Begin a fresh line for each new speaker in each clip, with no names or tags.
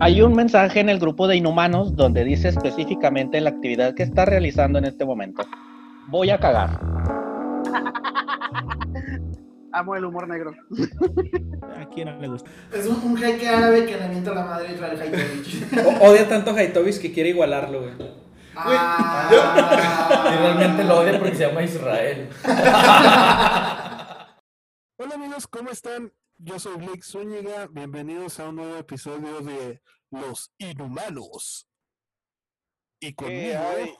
Hay un mensaje en el grupo de inhumanos donde dice específicamente la actividad que está realizando en este momento. Voy a cagar.
Amo el humor negro.
¿A quién no le gusta?
Es un, un jeque árabe que le mienta la madre y trae el Haitovich.
O- odia tanto a Haitovich que quiere igualarlo, güey.
Ah.
Y realmente lo odia porque se llama Israel.
Hola amigos, ¿cómo están? Yo soy Blake Zúñiga, bienvenidos a un nuevo episodio de Los Inhumanos. Y conmigo, ¿eh?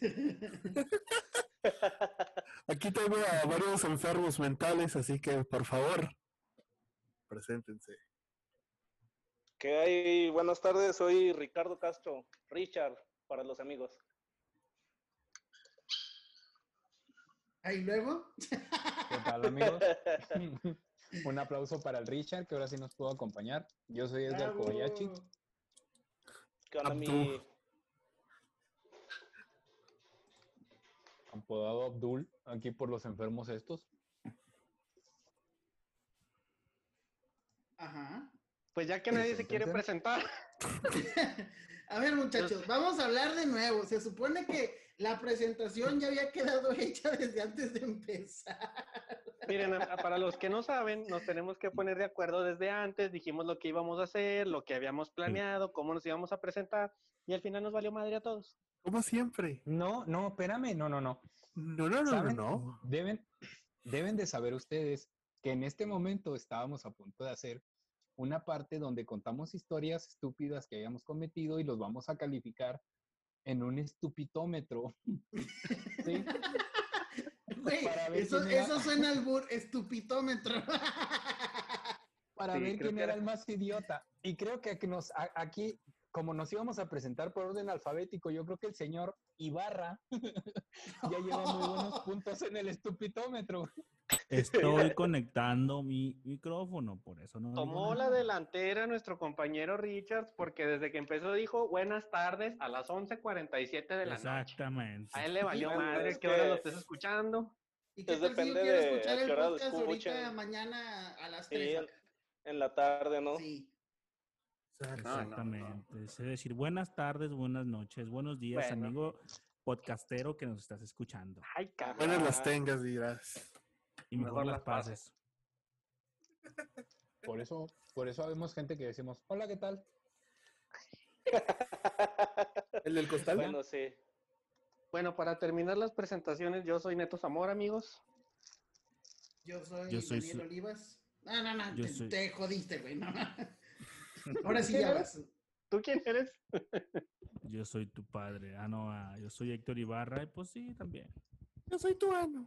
aquí tengo a varios enfermos mentales, así que por favor, preséntense.
¿Qué hay? Buenas tardes, soy Ricardo Castro, Richard, para los amigos.
Ah, Y luego,
¿Qué tal, amigos? Un aplauso para el Richard, que ahora sí nos pudo acompañar. Yo soy Edgar Kobayashi.
¿Qué
Ah,
onda,
Abdu.
mi-
apodado Abdul, aquí por los enfermos estos.
Ajá.
Pues ya que nadie se quiere presentar,
A ver, muchachos, vamos a hablar de nuevo. Se supone que la presentación ya había quedado hecha desde antes de empezar.
miren, a- para los que no saben, nos tenemos que poner de acuerdo desde antes. Dijimos lo que íbamos a hacer, lo que habíamos planeado, cómo nos íbamos a presentar, y al final nos valió madre a todos.
Como siempre.
No, no, espérame, no, no, no.
No, no, no, no,
¿Saben?
no.
Deben, deben de saber ustedes que en este momento estábamos a punto de hacer una parte donde contamos historias estúpidas que hayamos cometido y los vamos a calificar en un estupitómetro. ¿Sí?
Güey,
Para ver
eso,
quién era.
eso suena al bur estupitómetro.
para
Sí,
ver
creo
quién
que
era
era.
el más idiota. Y creo que aquí, nos, a- aquí, como nos íbamos a presentar por orden alfabético, yo creo que el señor Ibarra ya lleva muy buenos puntos en el estupitómetro.
Estoy conectando mi micrófono, por eso no. digo
Tomó la
nada.
delantera nuestro compañero Richards, porque desde que empezó dijo buenas tardes a las 11.47 de la noche.
Exactamente.
A él le valió
Bueno,
madre
es
que ahora
que-
lo estés escuchando.
¿Y qué
Pues
tal si yo
depende
quiero
de
escuchar
a
el
qué hora lo
podcast ahorita
escuchen.
mañana a las
Sí,
3?
en, en la tarde, ¿no?
Sí.
Exactamente. Es decir, buenas tardes, buenas noches, buenos días,
Bueno.
amigo podcastero que nos estás escuchando.
Ay, cabrón.
Ah.
Buenas las tengas, dirás.
Y mejor,
Mejor
las
las pases.
pases.
Por eso, por eso vemos gente que decimos, hola, ¿qué tal?
El del costal.
Bueno, sí.
Bueno, para terminar las presentaciones, yo soy Neto Zamora, amigos.
Yo soy
Yo soy
Daniel
su-
Olivas. No, no, no,
Yo
te,
soy-
te jodiste, güey. No, no. Ahora sí ya vas.
¿Tú quién eres?
Yo soy tu padre. Ah, no, ah, yo soy Héctor Ibarra y pues sí, también.
Yo soy tu ano.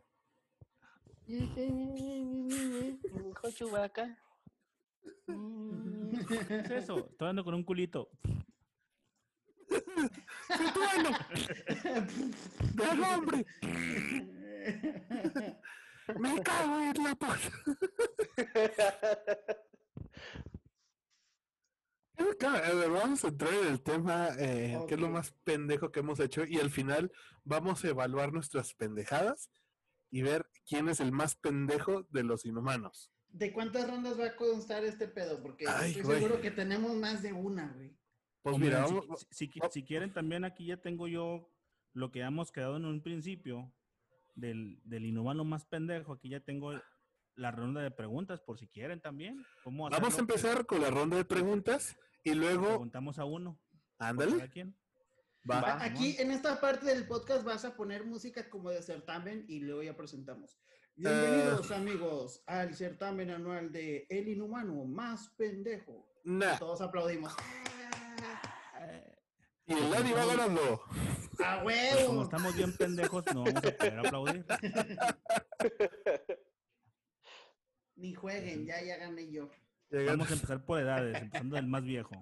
Hijo Chubaca.
¿Qué es eso? Estoy andando con un culito.
¡Del hombre! ¡Me cago en la puta! Creo que, a ver, vamos a entrar en el tema eh, que es lo
Ok.
más pendejo que hemos hecho y al final vamos a evaluar nuestras pendejadas y ver quién es el más pendejo de los inhumanos.
¿De cuántas rondas va a constar este pedo? Porque
Ay,
estoy
güey.
seguro que tenemos más de una, güey.
Pues
O
mira,
miren, si-
vamos-
si, si-
va-
si quieren también aquí ya tengo yo lo que hemos quedado en un principio del, del inhumano más pendejo. Aquí ya tengo la ronda de preguntas por si quieren también. ¿Cómo
vamos a
hacerlo?
empezar con la ronda de preguntas y
Le
luego,
preguntamos a uno. por
ándale,
cada quien.
va.
A- Aquí en esta parte del podcast vas a poner música como de certamen y luego ya presentamos.
Eh.
Bienvenidos amigos al certamen anual de El Inhumano más pendejo.
Nah,
Todos aplaudimos.
y el Lani va ganando.
¡A
Pero como
huevo!
estamos bien pendejos, no vamos a poder aplaudir.
Ni jueguen, ya, ya gané yo.
Ya ganó-
Vamos a empezar por edades, empezando del más viejo.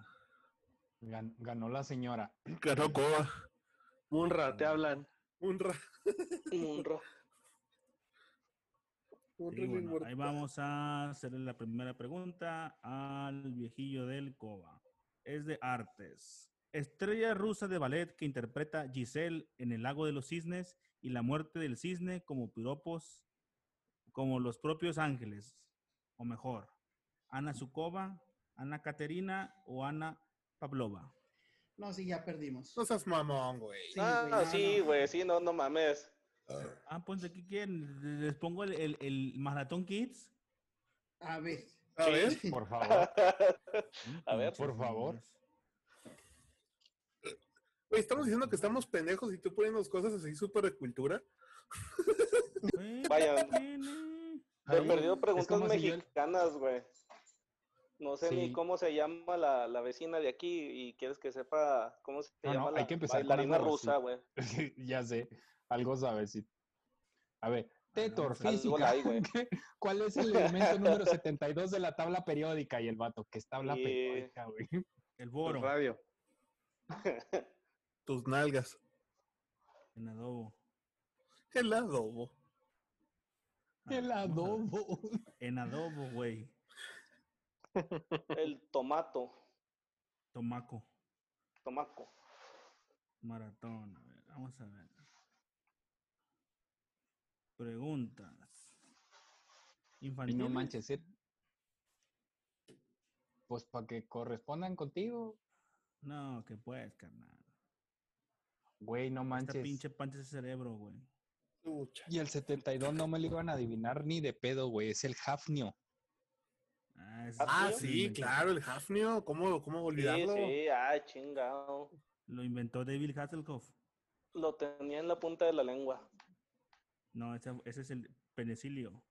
Gan- ganó la señora.
Ganó Coba.
Munra, Ah, te hablan.
Un ra-
Munro.
un
Sí,
ra-
bueno, ahí vamos a hacerle la primera pregunta al viejillo del Coba. Es de artes. Estrella rusa de ballet que interpreta Giselle en El lago de los cisnes y la muerte del cisne como piropos, como los propios ángeles, o mejor, Ana Sukova, Ana Caterina o Ana Pavlova.
No, sí, ya perdimos.
No seas mamón, güey.
Sí,
Ah,
güey, no,
sí,
no.
güey, sí, no, no mames.
Ah, pues aquí quieren, les pongo el, el, el Maratón Kids.
A ver.
A ver,
Por favor.
Mm,
A ver.
Por favor.
güey, estamos diciendo que estamos pendejos y tú poniendo cosas así súper de cultura.
Eh,
Vaya.
tiene.
He
Ahí
perdido
es
preguntas
como si yo-
mexicanas, güey. No sé ni
Sí.
cómo se llama la, la vecina de aquí y quieres que sepa cómo se
Ah, No, no,
llama la
hay que empezar con
bailarina
algo
rusa,
así.
güey.
ya sé, algo sabes. sí. A ver, Tetor,
no, algo
física.
hay, güey.
¿qué- ¿Cuál es el elemento número 72 de la tabla periódica? Y el vato, ¿qué es tabla
Y-
periódica, güey?
El
El
Boro.
radio.
Tus nalgas.
En adobo.
El adobo.
Ah,
El
vamos a ver.
adobo.
En adobo, güey.
El tomato,
Tomaco.
tomaco.
Maratón. A ver, vamos a ver. Preguntas.
Y
Infantil.
no manches, eh, pues para que correspondan contigo,
No, que puedes, carnal.
güey, no
Esta
manches.
pinche pancha de cerebro, güey.
Pucha.
Y el 72 no me lo iban a adivinar ni de pedo, güey, es el Hafnio.
Ah, ese
Ah,
lo
sí,
inventó-
claro, el Hafnio. ¿Cómo, cómo
Sí,
olvidarlo?
sí, ah, chingado.
Lo inventó David Hasselhoff.
Lo tenía en la punta de la lengua.
No, ese, ese es el penicilio.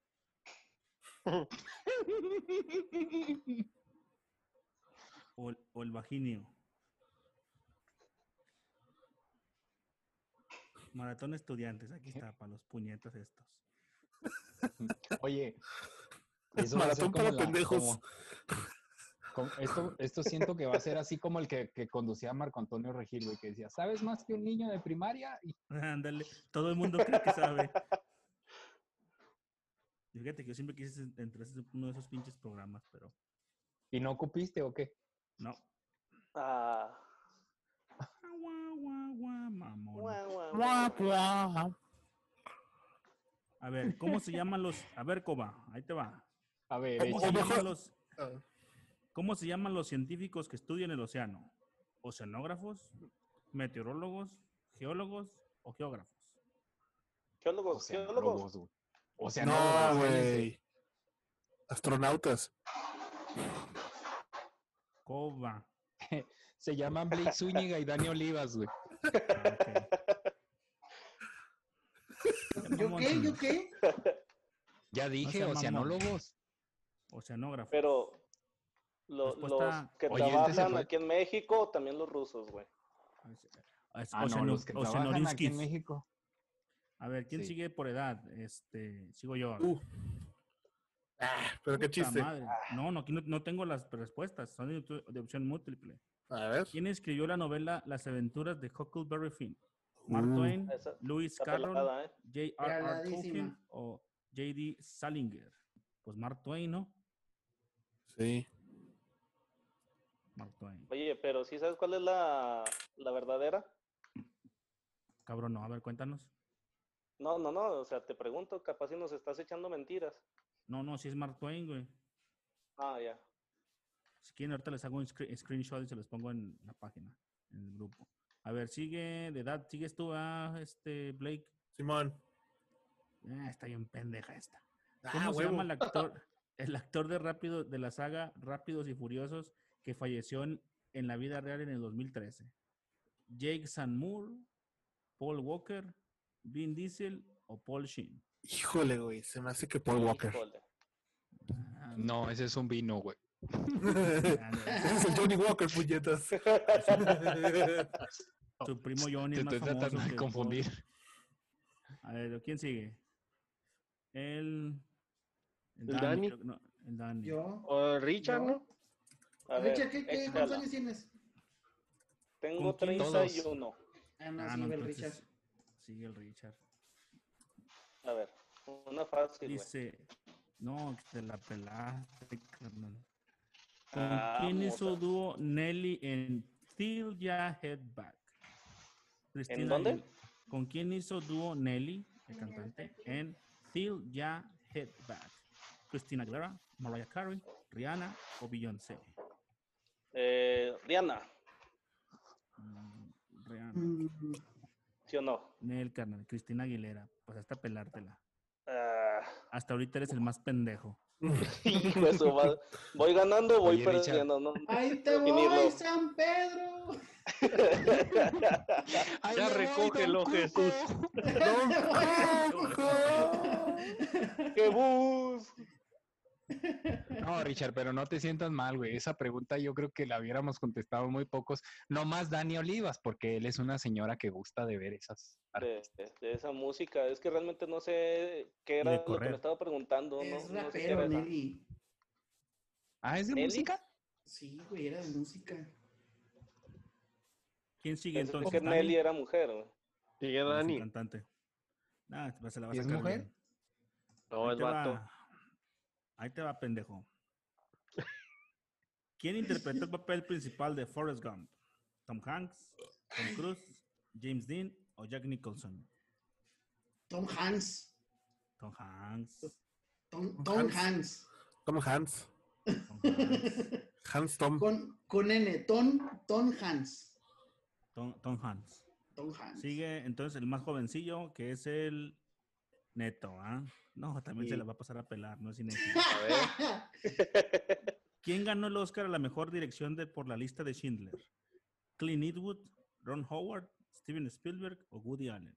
o, el, o el vaginio. Maratón estudiantes, aquí está, para los puñetas estos.
Oye, eso va a ser
Maratón para
como la-
pendejos.
como- como- esto, esto siento que va a ser así como el que, que conducía Marco Antonio Regil, güey, que decía, ¿sabes más que un niño de primaria? Y
Ándale, todo el mundo cree que sabe. Y Fíjate que yo siempre quise en- entrar a uno de esos pinches programas, pero
¿Y no cupiste o qué?
no.
Ah,
Guau, guau, guau, mamón.
guau, guau,
Guau,
guau.
guau.
A ver, ¿cómo se llaman los? A ver, Coba, ahí te va.
A ver,
¿Cómo
O
echa-
se,
mejor-
llaman los,
Ah,
cómo se llaman los científicos que estudian el océano? ¿Oceanógrafos? ¿Meteorólogos? ¿Geólogos? ¿O geógrafos?
Geólogos, geólogos.
oceanólogos, güey. Oceanólogos,
No,
güey.
güey. Astronautas.
Coba.
Se llaman Blake Zúñiga y Dani Olivas, güey.
Ah, ok.
¿Yo qué? ¿Yo qué?
Ya dije,
sea mamón.
oceanólogos.
Oceanógrafos.
Pero lo- los
Respuesta-
que
Oye, este se
trabajan
fue.
aquí en México, también los rusos, güey.
Es-
Ah, no,
oceano-
los que trabajan aquí en
oceanoriuskis.
México.
A ver, ¿quién
Sí.
sigue por edad? Este, sigo yo. a ver.
Uh, Ah, pero qué
Puta
chiste.
madre.
Ah.
No, no, aquí no, no tengo las respuestas. Son de, opción- de opción múltiple.
A ver.
¿Quién escribió la novela Las aventuras de Huckleberry Finn? ¿Mark
Uh,
Twain,
Esa
Lewis
está
Carroll,
pelada, ¿eh?
J.R.R. Tolkien
Peladísima.
o J.D. Salinger? Pues Mark Twain, ¿no?
Sí.
Mark Twain.
Oye, pero ¿sí sabes cuál es la, la verdadera?
Cabrón, no. A ver, cuéntanos.
No, no, no, o sea, te pregunto, capaz si nos estás echando mentiras.
No, no, si es Mark Twain, güey.
Ah, ya.
Si quieren, ahorita les hago un scre- screenshot y se los pongo en la página, en el grupo. A ver, sigue de edad, sigues tú a este Blake.
Simón.
Ah, está bien pendeja esta. ¿Cómo
Ah,
se llama
huevo.
el actor, el actor de rápido de la saga Rápidos y Furiosos que falleció en, en la vida real en el 2013? Jake San Moore, Paul Walker, Vin Diesel o Paul Sheen.
Híjole, güey. Se me hace que Paul Walker.
Híjole.
Ah,
No, ese es un vino, güey.
ah, no,
Ese es el Johnny Walker, puñetas.
Su primo Johnny
Te
es más
estoy tratando
famoso
de
que Paul.
confundir.
A ver, ¿quién sigue? El. El
Dani?
creo que no, el Dani.
Yo.
O Richard,
No.
¿no?
A ver,
Richard, ¿qué, qué,
échala.
¿cuántos años tienes?
Tengo
¿Con quién?
31.
Ah, no,
Ah,
sí,
no,
el
entonces,
Richard.
Sigue el Richard.
A ver, una fácil, güey.
Dice, no, que te la pelaste, carnal. ¿Con
Ah,
quién hizo
mota.
dúo Nelly en Till Ya Head Back? Cristina
dónde?
Aguil- ¿Con quién hizo dúo Nelly, el cantante, en Till Ya Head Back? Cristina Aguilera, Mariah Carey, Rihanna o Beyoncé.
Eh, Rihanna.
Rihanna.
Mm,
¿Sí o no?
Nel, carnal. Cristina Aguilera. Pues hasta pelártela.
Ah,
Hasta ahorita eres el más pendejo.
hijo de su madre. voy ganando, voy
Oye, Richard.
perdiendo. No,
Ahí te
Creo que ni
voy,
lo-
San Pedro.
Ahí
Ya
le voy,
recógelo,
don Cuco.
Jesús.
Don Cuco.
¡Qué bus!
No, Richard, pero no te sientas mal, güey. Esa pregunta yo creo que la hubiéramos contestado muy pocos. No más Dani Olivas, porque él es una señora que gusta de ver esas. artes.
De, de- de esa música. Es que realmente no sé qué
de
era lo que
correr.
me estaba preguntando. No,
es
no sé qué
rapero,
era esa.
Nelly.
Ah, ¿es de
¿Nelly?
música?
Sí, güey, era de música.
¿Quién sigue
Pensé
entonces?
que
¿Dani?
Nelly era mujer. güey.
Sigue
Ah, es un
Este Dani.
cantante. Nah, te- se la vas
¿Y
a
es
sacar
mujer?
bien.
No,
Ahí
es
te
vato.
va. Ahí te va, pendejo. ¿Quién interpretó el papel principal de Forrest Gump? ¿Tom Hanks? ¿Tom Cruise? ¿James Dean o Jack Nicholson?
Tom Hanks.
Tom Hanks.
Tom,
Tom
Tom Hanks.
Hanks. Tom Hans.
Tom Hanks.
Hans Tom.
Con, con N. Tom, Tom Hanks.
Tom, Tom Hanks.
Tom Hanks.
Sigue entonces el más jovencillo, que es el Neto, ¿ah? No, también se
Sí.
la va a pasar a pelar, no es inútil.
A
¿Quién ganó el Oscar a la mejor dirección de por la lista de Schindler? ¿Clint Eastwood, Ron Howard, Steven Spielberg o Woody Allen?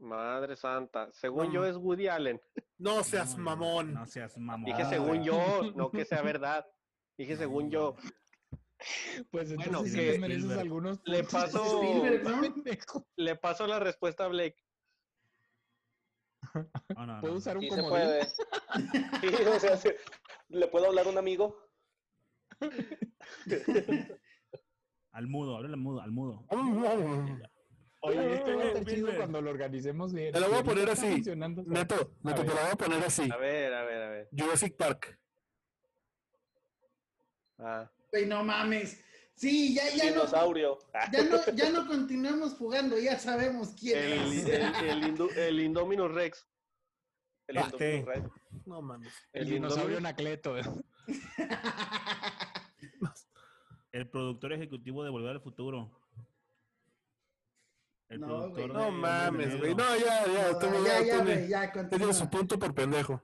Madre santa. Según
No.
yo es Woody Allen.
No seas
No,
mamón.
No seas mamón.
Dije según yo, no que sea verdad. Dije
No,
según yo.
Pues
Bueno,
entonces sí
que-
les mereces
Spielberg.
algunos.
Le
puntos.
paso-
Spielberg, ¿no?
Pendejo.
Le paso la respuesta a Blake.
No, no, no,
¿Puedo
no.
usar un
Sí se
comodín?
puede. Sí, o sea, se- ¿le puedo hablar a un amigo?
Al mudo, háblale al mudo, al mudo.
Oye, esto va a estar
Spielberg.
chido cuando lo organicemos bien.
Te lo voy a
Si ahorita
poner
está
así.
funcionando,
Neto, Neto, te
ver.
lo voy a poner así.
A ver, a ver, a ver.
Jurassic Park.
Ah.
Güey, no mames. Sí, ya, ya no.
Dinosaurio. Ah,
Ya no, ya no continuamos jugando, ya sabemos quién
El,
es.
el, el, Indu- el Indominus Rex.
el
Ah, sí.
Indominus Rex.
No mames.
El
El
dinosaurio Anacleto.
dinosaurio.
El productor ejecutivo de Volver al Futuro. El
No,
productor
güey.
de
No
No
Hombre
mames,
Negro.
güey. No, ya, ya.
No,
tú me-
ya,
tú
ya,
me-
güey, ya,
Te
continúa.
dio su punto por pendejo.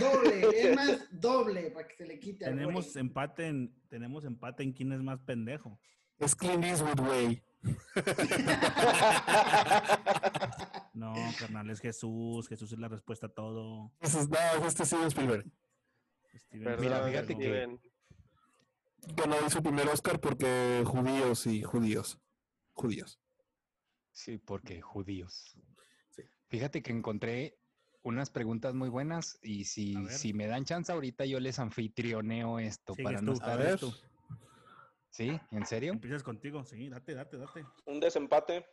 Doble, es más, doble, para que se le quite al
Tenemos
güey.
empate en, tenemos empate en quién es más pendejo.
Es Clint Eastwood, güey.
No,
Eh.
carnal, es Jesús. Jesús es la respuesta a todo.
Ese es- No, este sí es Spielberg.
Steven
Perdón,
Spielberg.
fíjate que-
Steven.
Ganó su primer Oscar porque judíos y judíos. Judíos.
Sí, porque judíos.
Sí.
Fíjate que encontré unas preguntas muy buenas y si,
ver.
si me dan chance ahorita yo les anfitrioneo esto
Sigues
para
tú.
no
A
estar...
ver.
tú.
¿Sí? ¿En serio?
Empiezas contigo, sí, date, date, date.
Un desempate.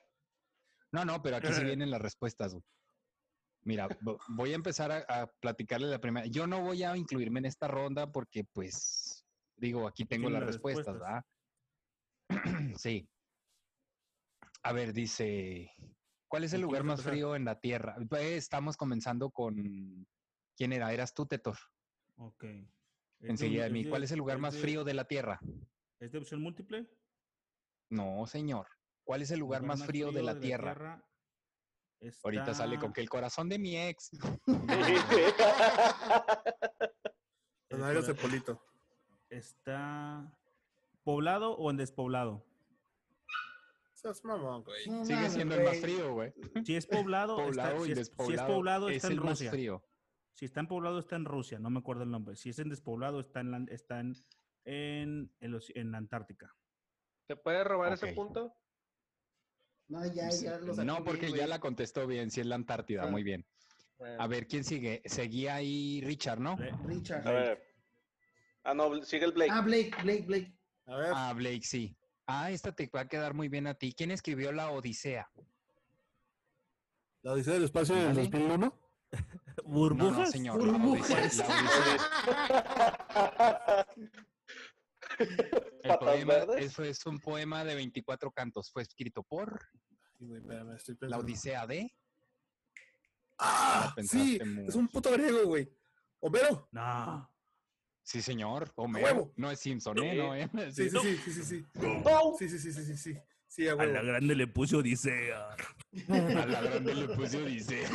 No, no, pero aquí sí vienen las respuestas. güey. Mira, vo- voy a empezar a, a platicarle la primera. Yo no voy a incluirme en esta ronda porque, pues, digo, aquí tengo
tiene
las
las
respuestas,
respuestas.
¿verdad? sí. A ver, dice, ¿cuál es
¿Con
el
quién
lugar
vas a
más
empezar?
frío en la Tierra? Eh, Estamos comenzando con, ¿quién era? Eras tú, Tetor.
Ok.
Enseguida de mí. ¿Cuál es el lugar más frío de la Tierra?
¿Es de opción múltiple?
No, señor. ¿Cuál es el lugar, más frío, de la Tierra? Ahorita sale con
está
que el corazón de mi ex.
el
Los de
cora-
Polito.
Está poblado o en despoblado.
Seas mamón, güey.
No
Sigue
mames,
siendo el más
güey.
frío, güey.
Si es poblado, está,
poblado
si,
y
es,
despoblado.
si es poblado,
es
está
el
en
más
Rusia.
frío.
Si está en poblado, está en Rusia. No me acuerdo el nombre. Si es en despoblado, está en, la- está en, en, el oce- en la Antártica.
¿Te puedes robar
Ok.
ese punto?
No, ya,
Sí,
ya lo
no,
saqué
porque
bien,
ya
güey.
la contestó bien, si es la Antártida,
Ah.
muy bien.
Bueno.
A ver, ¿quién sigue? Seguía ahí Richard, ¿no?
Le-
A
Richard.
ver. Ah, no, sigue el Blake.
Ah, Blake, Blake, Blake.
A ver.
Ah, Blake, sí. Ah, esta te va a quedar muy bien a ti. ¿Quién escribió la Odisea?
La Odisea del Espacio del
Dale.
2001.
No,
¿Burbujas?
no, señor. la Odisea-
Burbujas.
la Odisea- el
Patas
poema,
verdes.
eso es un poema de 24 cantos. Fue escrito por
Sí, güey, espérame, estoy
la
pensando.
Odisea de...
¡Ah!
La
Sí,
pensaste
es un puto griego, güey. Homero.
No.
Sí, señor. Homero.
huevo.
No es Simpson, ¿eh? No, ¿eh?
Sí, sí, sí, sí, sí. Sí,
Ah.
¡No!
sí, sí, sí, sí, sí. sí. Sí, a
A la
huevo.
grande le puso Odisea.
A la grande le puse Odisea.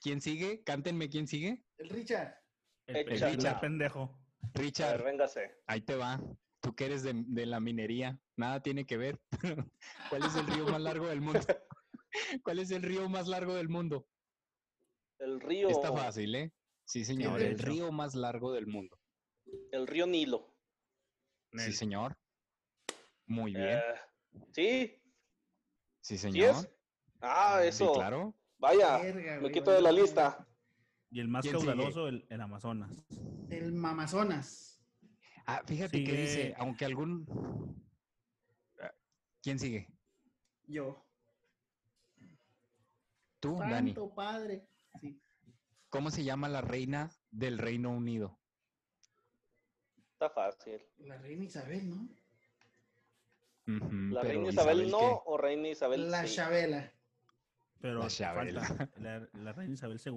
¿Quién sigue? Cántenme quién sigue.
El Richard.
El
Echa.
pendejo, el pendejo.
A ver,
Richard,
véngase.
ahí te va. Tú que eres de, de la minería, nada tiene que ver. ¿Cuál es el río más largo del mundo? ¿Cuál es el río más largo del mundo?
El río.
Está fácil, ¿eh? Sí, señor.
de
El
hecho.
río más largo del mundo.
El río Nilo.
Sí, señor. Muy bien.
Eh, sí,
Sí,
sí
señor.
es. Ah,
Sí,
eso.
claro.
Vaya,
Verga,
lo
güey,
quito de la
valió
lista.
Y el más
¿Quién sigue?
caudaloso, el, el Amazonas.
verga. El Mamazonas.
Ah, fíjate que
Sigue.
dice, aunque algún... Ah, ¿Quién sigue?
Yo.
Tú, Uh, Dani.
Santo padre. Sí.
¿Cómo se llama la reina del Reino Unido?
Está fácil.
La reina Isabel, ¿no?
Ujú,
La
pero
reina Isabel, no
qué?
o reina Isabel
La
sí.
Chabela.
Pero
Pues
La Chabela.
falta la, la reina Isabel II.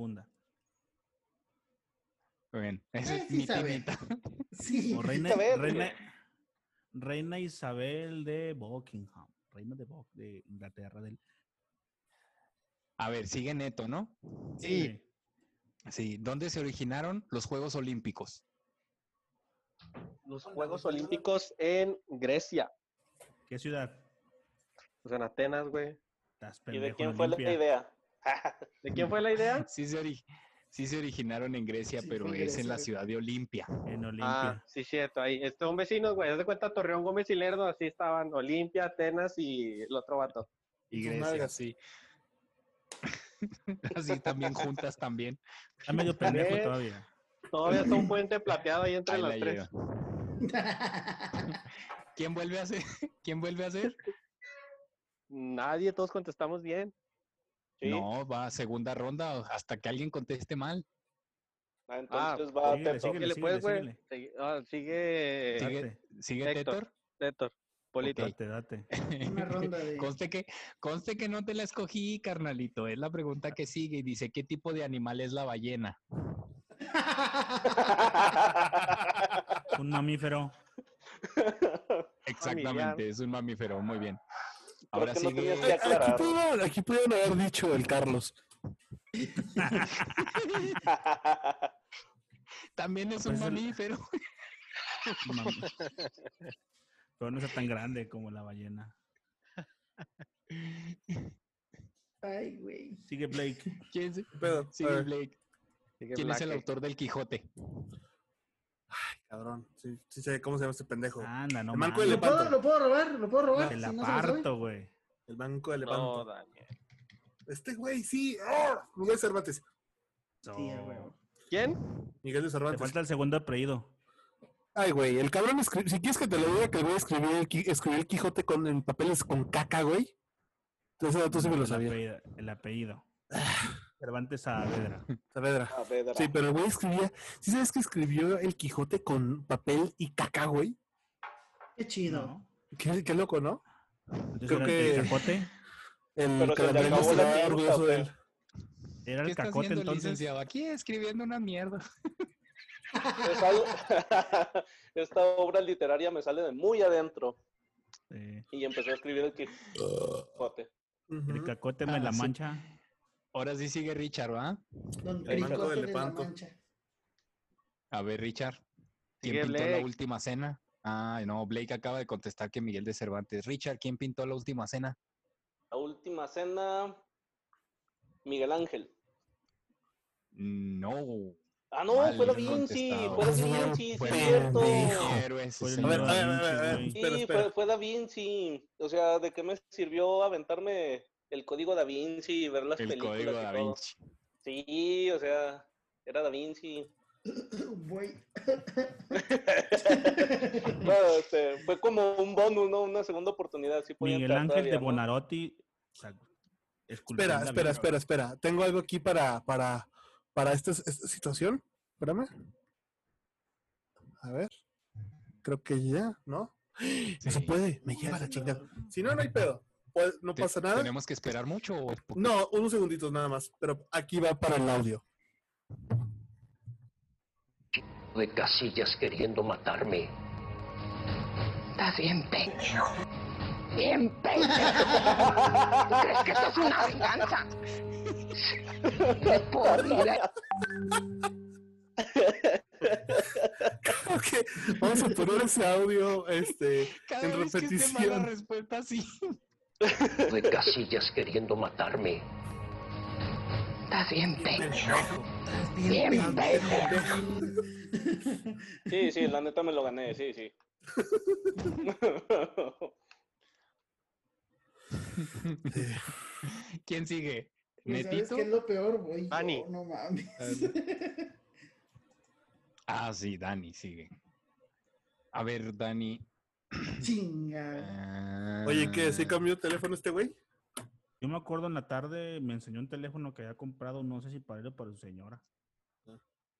Muy bien, esa
Eh,
es
sí
mitad y
sabe.
mitad.
Sí.
O reina,
Isabel,
reina, reina Isabel de Buckingham. Reina de, Buck- de Inglaterra. Del,
A ver, sigue Neto, ¿no?
Sí.
Sí, ¿dónde se originaron los Juegos Olímpicos?
Los Juegos Olímpicos en Grecia.
¿Qué ciudad?
O sea, en Atenas, güey.
Estás
¿Y
pendejo,
de quién
no
fue
limpia.
la idea?
¿De
Mm.
quién fue la idea?
Sí se, ori- sí se originaron en Grecia,
Sí,
pero
fue en
es en la
Grecia.
ciudad de Olimpia.
En Olimpia.
Ah, sí, cierto. Ahí está un vecino, güey. Haz de cuenta Torreón Gómez y Lerdo. Así estaban Olimpia, Atenas y el otro vato.
Y
Tus
Grecia,
nalgas.
sí. Así también juntas también.
Está medio pendejo
¿Ves?
todavía.
Todavía está un puente plateado ahí entre
Ahí
las
la
tres.
lleva. ¿Quién vuelve a ser? ¿Quién vuelve a ser?
Nadie, todos contestamos bien.
Sí.
No, va a segunda ronda hasta que alguien conteste mal.
Ah, entonces va
síguele,
Teto.
síguele.
Síguele, pues, güey.
síguele.
Sigue, ah, sigue
Sigue,
Date.
sigue
Héctor.
Tétor.
Héctor, Polito.
Ok.
Date, date.
Una ronda de.
Conste que, conste que no te la escogí, carnalito. Es la pregunta que sigue y dice, ¿qué tipo de animal es la ballena?
Un mamífero.
Exactamente, es un mamífero. Muy bien. Ahora
que no
sigue...
tenías que
Aquí
aclarar.
pudieron, aquí pudieron haber dicho el Carlos.
También es un
Pues el-
mamífero.
un mam- Pero no es tan grande como la ballena.
Ay, güey.
Sigue Blake.
¿Quién, se-
Pero,
sigue
a ver,
Blake? ¿Quién es el autor del Quijote?
Cabrón, sí, sí sé cómo se llama este pendejo.
Anda, no
El manco de
¿Lo
mames.
elefante.
puedo, ¿Lo puedo robar? ¿Lo puedo robar?
Te
Si
la
no se lo sabe.
parto, güey.
El banco de
No,
Lepanto.
Daniel.
Este güey, sí. ¡Ah! Miguel Cervantes.
Sí, a huevo.
¿Quién?
Miguel de
Te
Cervantes.
falta el segundo apellido.
Ay, güey, el cabrón escribe. Si quieres que te lo diga, que voy a escribir el, Qui- escribió el Quijote con, en papeles con caca, güey. Entonces, dato sí me lo Ah.
el
sabía.
apellido. El apellido. Cervantes Saavedra.
Saavedra.
Saavedra.
Sí, pero el güey escribía. ¿Sí sabes que escribió el Quijote con papel y caca, güey?
Qué chido.
¿no?
Qué, qué loco, ¿no?
Entonces
Creo
era el-
que-
el cacote.
El
Pero se le
calendario
acabó la
estaba
tinta,
orgulloso de
güey.
él.
Era
¿Qué
el
estás
cacote
haciendo,
entonces.
licenciado? Aquí escribiendo una mierda.
Me sale- Pues, Esta obra literaria me sale de muy adentro.
Sí.
Y empezó a escribir el Quijote.
eh, El
Ujú.
cacote me
Ah,
la
sí.
mancha.
Ahora sí sigue Richard, ¿va?
Don
El manco
Pericote
del
de la
Lepanto.
Mancha.
A ver, Richard. ¿Quién
Sigue
pintó
Blake.
la última cena? Ah, no, Blake acaba de contestar que Miguel de Cervantes. Richard, ¿quién pintó la última cena?
La última cena. Miguel Ángel.
No.
Ah, no,
Mal
fue la Vinci.
contestado.
Fue la
Ah,
Vinci, sí,
Fue
es
el
cierto.
pendejo.
héroes,
Fue el
A ver,
Da
a
señor.
ver, a ver, a ver,
Vinci,
Espera,
Sí,
espera.
fue, fue Da Vinci. O sea, ¿de qué me sirvió aventarme el código Da Vinci y ver las
El
películas?
código
y
da
todo?
Vinci.
Sí, o sea, era Da Vinci.
Güey.
No, este, fue como un bonus, ¿no? Una segunda oportunidad. Sí podía
Miguel
entrar
Ángel
todavía,
de
¿no?
Bonarotti. sa- esculpió
Espera,
la
espera,
Virgen.
espera, espera. Tengo algo aquí para, para, para esta, esta situación. Espérame. A ver. Creo que ya, ¿no? No se
Sí.
puede. Me lleva la chingada. Si no, no hay pedo. Pues, no
Te-
pasa nada.
¿Tenemos que esperar mucho o po-
No, unos segunditos nada más. Pero aquí va para el audio.
de casillas queriendo matarme. Estás bien pendejo. Bien pendejo. ¿Tú crees que esto es una venganza? De por vida.
Ok, vamos a poner ese audio este,
Cada
en
vez que esté mal la
repetición.
respuesta, sí.
De casillas queriendo matarme. Estás bien pendejo. Bien pendejo.
Sí, sí, la neta me lo gané, sí, sí.
¿Quién sigue?
Güey, ¿Sabes
¿Netito?
qué es lo peor, güey?
Ani.
Yo, no mames.
Ah, sí, Dani, sigue. A ver, Dani. ah,
Chinga.
Oye, ¿qué? ¿Sí cambió el teléfono este güey?
Yo me acuerdo en la tarde me enseñó un teléfono que había comprado, no sé si para él o para su señora.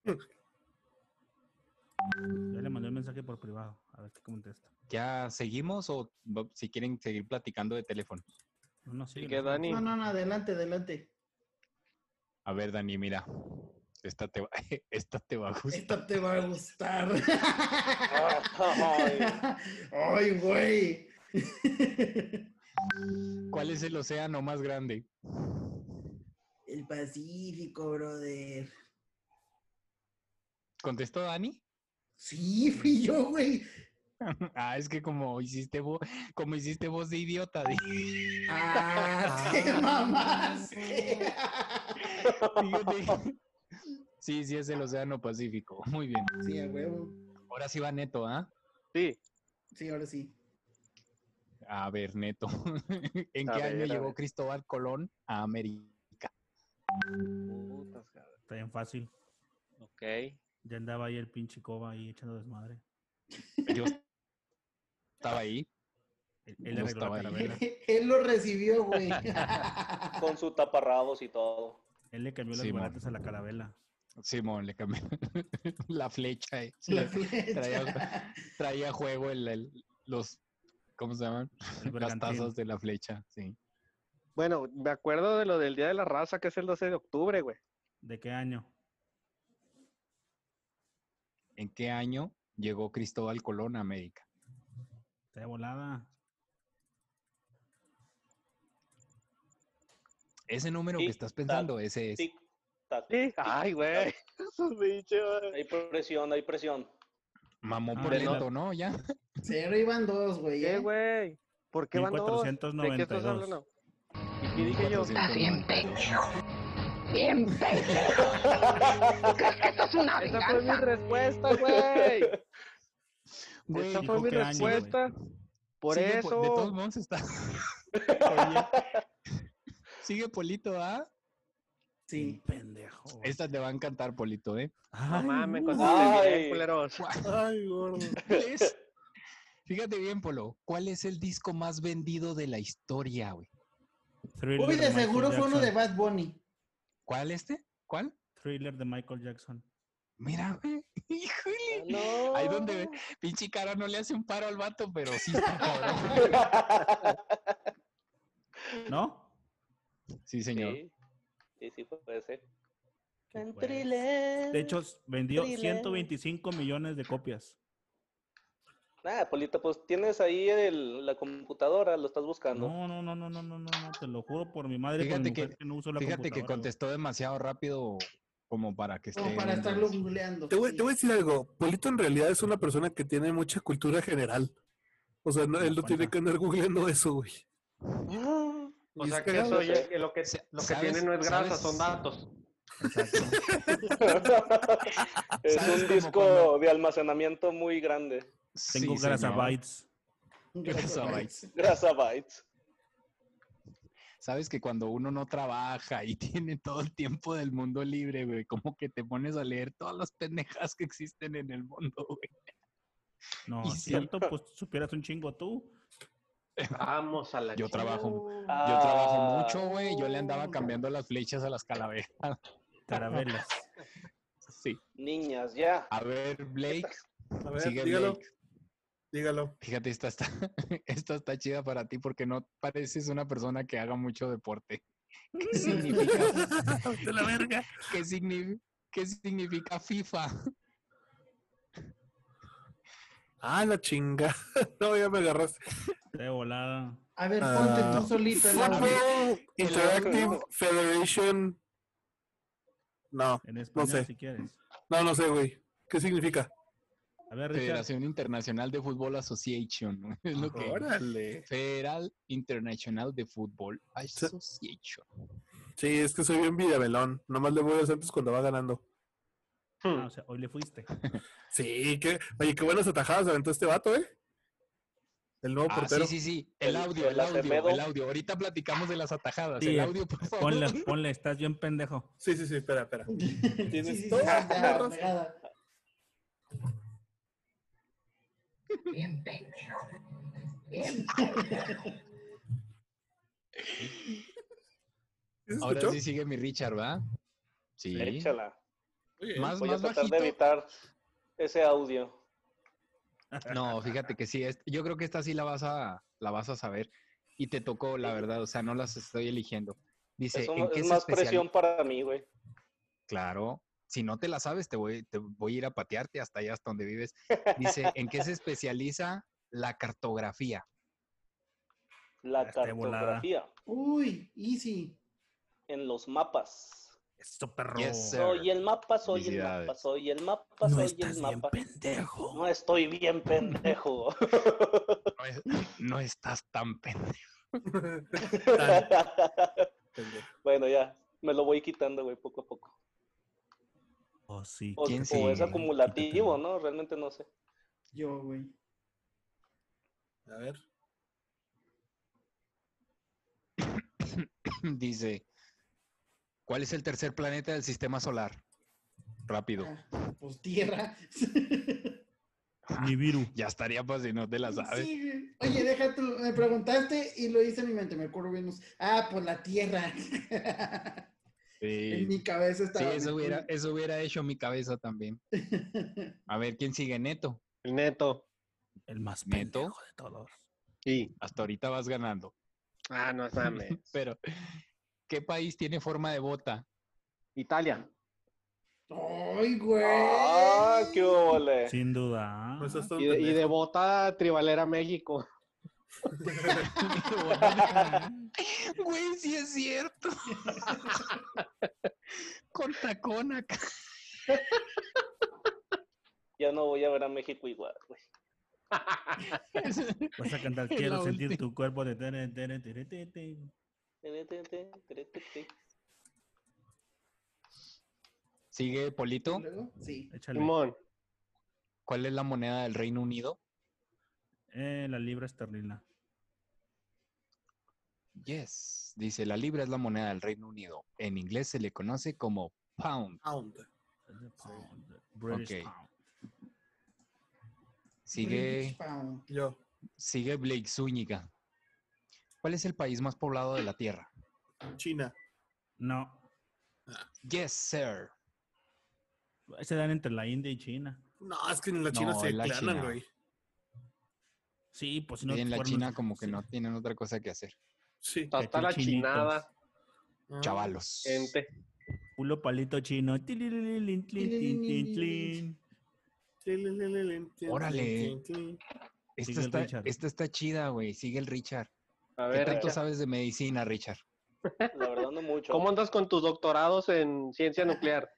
Ya le mandé un mensaje por privado, a ver qué contesta.
¿Ya seguimos o va- si quieren seguir platicando de teléfono?
No, no, sí,
que Dani.
No, no, no, adelante, adelante.
A ver, Dani, mira. Esta te va, esta te va a gustar.
Esta te va a gustar.
Ay,
Ay, güey.
Eh,
¿Cuál es el océano más grande?
El Pacífico, brother.
¿Contestó Dani?
Sí, fui yo, güey.
Ah, es que como hiciste voz, como hiciste voz de idiota. di-
Ah, te mamaste.
Fíjate. Sí, sí es el océano Pacífico. Muy bien.
Sí, a huevo.
Ahora sí va Neto, ¿ah?
Sí.
Sí, ahora sí.
A ver, Neto. ¿En
A
qué
ver,
año
a
llegó
ver.
Cristóbal Colón a América?
putas, cabrón.
Está bien fácil.
Ok.
Ya andaba ahí el pinche coba ahí echando desmadre.
Yo estaba ahí.
Él, él
Yo
arregló la
estaba ahí.
carabela.
Él lo recibió, güey.
Con su taparrabos y todo.
Él le cambió las
Simón.
guanates a la carabela.
Simón, le cambió la flecha. eh. Sí,
La
le- traía,
flecha.
traía a juego el, el- los, ¿cómo se llaman?
El
Las
bergantín.
tazas de la flecha, sí.
Bueno, me acuerdo de lo del Día de la Raza, que es el 12 de octubre, güey.
¿De qué año?
¿En qué año llegó Cristóbal Colón a América?
Está de volada.
Ese número que
Sí, ah,
estás pensando, ese es.
Tic, tac.
Sí, ay, güey. Esos bichos, güey.
Hay presión, hay presión.
Mamó
Ah,
por
de
lento,
no-
¿no? Ya.
Cero iban dos, güey.
¿Qué,
¿eh?
güey? ¿Por qué van dos? ¿De qué estás
1492.
hablando? ¿Y qué dije yo?
Estás Ah, bien pendejo. Bien pendejo. ¿Tú crees que esto es una
Esa fue mi
venganza?
respuesta, güey.
Güey,
Esa
¿y
fue
con
mi
qué año, güey?
respuesta. Por
sigue po- De todos
eso.
modos está. Oye, Sigue Polito, ¿ah?
Sí.
Pendejo. güey.
Esta te va a encantar, Polito, ¿eh?
No
Ay,
mames,
güey.
contesté
Ay.
bien, culeros.
Ay, gordo.
¿Cuál es? Fíjate bien, Polo. ¿Cuál es el disco más vendido de la historia, güey?
Thriller
Uy, de
Michael
seguro fue uno de
Jackson.
Bad Bunny.
¿Cuál este? ¿Cuál?
Thriller de Michael Jackson.
Mira, güey. Híjole.
No.
Ahí donde pinche cara no le hace un paro al vato, pero sí está cabrón.
¿No?
Sí, señor.
Sí. sí, sí, puede ser.
Qué juegas. De hecho, s- vendió 125 millones de copias.
Nada, Polito, pues tienes ahí el- la computadora, lo estás buscando.
No, no, no, no, no, no, no, no, te lo juro por mi madre, por
Ah, Fíjate
mi mujer,
que-
que, no uso la
Fíjate que
computadora, güey.
contestó demasiado rápido como para que esté.
Como para
en-
estarlo googleando.
Te voy,
Sí.
te voy a decir algo. Polito en realidad es una persona que tiene mucha cultura general. O sea, no-
Me
él no tiene
cuenta.
que andar googleando eso, güey.
O
Y
sea,
es
que
cagado.
eso ya- que lo que,
Sa-
lo que
¿sabes-
tiene no es grasa,
sabes-
son datos.
es
¿Sabes
un
cómo
disco
cuando-
de almacenamiento muy grande.
Sí,
Tengo
señor.
grasabytes.
Gracias,
Gracias,
güey.
Bytes.
Grasa Bytes.
Sabes que cuando uno no trabaja y tiene todo el tiempo del mundo libre, güey, como que te pones a leer todas las pendejas que existen en el mundo, güey.
No,
Y
es
sí.
cierto, pues supieras un chingo tú.
Vamos a la
Yo
chingada.
trabajo,
Ah.
yo trabajo mucho, güey. Yo le andaba cambiando las flechas a las calaveras.
Carabelas.
Sí.
Niñas, ya.
A ver, Blake,
A ver,
sigue
dígalo,
Blake.
dígalo.
Fíjate, esta está, esta está chida para ti porque no pareces una persona que haga mucho deporte. ¿Qué significa?
De la verga.
¿Qué
Pues
significa? ¿Qué significa FIFA?
Ah, la chinga. No, ya me agarraste.
De volada.
A ver, ponte tú solito el audio.
Football Interactive Federation. No,
En
no
español,
sé.
si quieres.
No, no sé, güey. ¿Qué significa?
A ver, Richard.
Federación Internacional de Fútbol Association. ¿no? Es lo que.
Órale.
Federal Internacional de Fútbol Association.
Sí, es que soy bien vidavelón. Nomás le voy a Santos cuando va ganando.
Ah, o sea, hoy le fuiste.
Sí, que, oye, qué buenas atajadas aventó este vato, ¿eh? El nuevo
Ah,
portero.
sí, sí, sí. El
El-
audio, el
el
audio,
Acevedo.
el audio. Ahorita platicamos de las atajadas.
Sí,
el
eh,
audio, por favor.
Ponle, ponle, estás bien pendejo.
Sí, sí, sí, espera, espera.
Sí, sí, sí,
toda
ya,
la
ya,
razón.
pegada.
Bien pendejo. Bien pendejo.
¿Sí se
Ahora
escuchó?
sí sigue mi Richard, ¿va? Sí.
Échala.
Más,
Voy a
más
tratar
bajito.
de evitar ese audio.
No, fíjate que sí. es- yo creo que esta sí la vas a, la vas a saber. Y te tocó, la verdad. O sea, no las estoy eligiendo. Dice,
Eso
¿en
no-
qué
es
se
más
especializa?
presión para mí, güey.
Claro. Si no te la sabes, te voy, te voy a ir a patearte hasta allá, hasta donde vives. Dice, ¿en qué se especializa la cartografía?
La
Está Ah, de volada.
cartografía
Uy, easy.
en los mapas.
Eso, perro.
Yes, sir.
Soy el mapa, soy el
Felicidades.
mapa, soy el mapa, soy el mapa.
pendejo.
No estoy bien pendejo.
No, es- no estás tan pendejo.
bueno, ya, me lo voy quitando, güey, poco a poco.
Oh, sí.
O,
¿Quién
o
sí?
es acumulativo,
Quítatelo.
¿no? Realmente no sé.
Yo, güey.
A ver.
Dice, ¿cuál es el tercer planeta del sistema solar? Rápido.
Ah, Pues tierra.
Nibiru.
Ya estaría pues si no te la sabes.
Sí, güey. Oye, deja tú, me preguntaste y lo hice en mi mente, me acuerdo bien. Ah, pues la tierra. En
Sí,
mi cabeza
Sí,
estaba.
eso hubiera, eso hubiera hecho mi cabeza también. A ver, ¿quién sigue? Neto.
El neto.
El más
¿Neto?
pendejo de todos.
Sí.
Hasta ahorita vas ganando.
Ah, no mames.
Pero, ¿qué país tiene forma de bota?
Italia.
¡Ay, güey!
¡Ah, qué ole!
Sin
Ah,
duda.
Pues
No estás tan
Y de, y
pendejo.
de bota tribalera México.
Güey, sí es cierto. Con tacón acá.
Ya no voy a ver a México igual, güey.
Vas a cantar
La
Quiero sentir
última.
tu cuerpo de... tere, tere, tere, tere, tere.
Sigue Polito.
¿Y luego? Sí.
Échale.
Simón.
¿Cuál es la moneda del Reino Unido?
Eh, la libra esterlina.
Yes. Dice, la libra es la moneda del Reino Unido. En inglés se le conoce como pound.
Pound.
Pound, British
Ok.
pound.
Sigue,
British pound.
Yo.
sigue Blake Zúñiga. ¿Cuál es el país más poblado de la Tierra?
China.
No.
Yes, sir.
Se dan entre la India y China.
No, es que en la China
No,
se
en la
declaran,
China.
güey.
Sí, pues si no
Y en la
fueron-
China como que
sí.
no tienen otra cosa que hacer.
Sí.
Hasta
Metió
la
chinitos.
chinada.
Ah, Chavalos.
Gente.
Pulo palito chino. Tilililin, tlin, tlin, tlin, tlin.
Órale.
Sigue
Esta
el
está,
Richard.
esta está chida, güey. Sigue el Richard.
A
¿Qué
ver,
tanto
Richa,
sabes de medicina, Richard?
La verdad no mucho.
¿cómo andas con tus doctorados en ciencia nuclear?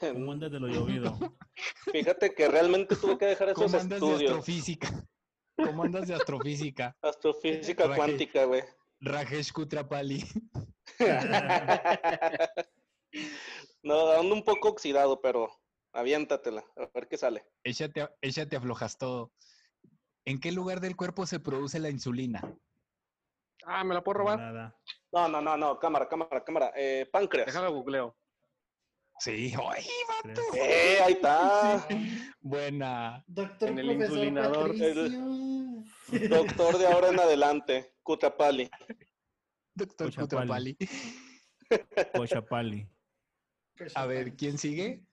¿Cómo andas de lo llovido?
Fíjate que realmente tuve que dejar esos
¿Cómo andas de
estudios.
astrofísica? ¿Cómo andas de astrofísica?
Astrofísica
Raje.
cuántica, güey.
Rajesh Kutrapali.
no, ando un poco oxidado, pero aviéntatela, a ver qué sale.
Échate, a- échate aflojas todo. ¿En qué lugar del cuerpo se produce la insulina?
Ah, ¿me la puedo robar?
Nada.
No, no, no, no, cámara, cámara, cámara. Eh, páncreas.
Déjala googleo.
Sí, ¡ay, va!
Tres.
Eh, ahí
Ah.
está.
buena.
Doctor
En el
profesor
insulinador,
el-
Patricio.
Doctor de ahora en adelante, Cutrapali.
Doctor
Kutrapali.
Kutrapali.
Cochapali.
A ver, ¿quién sigue?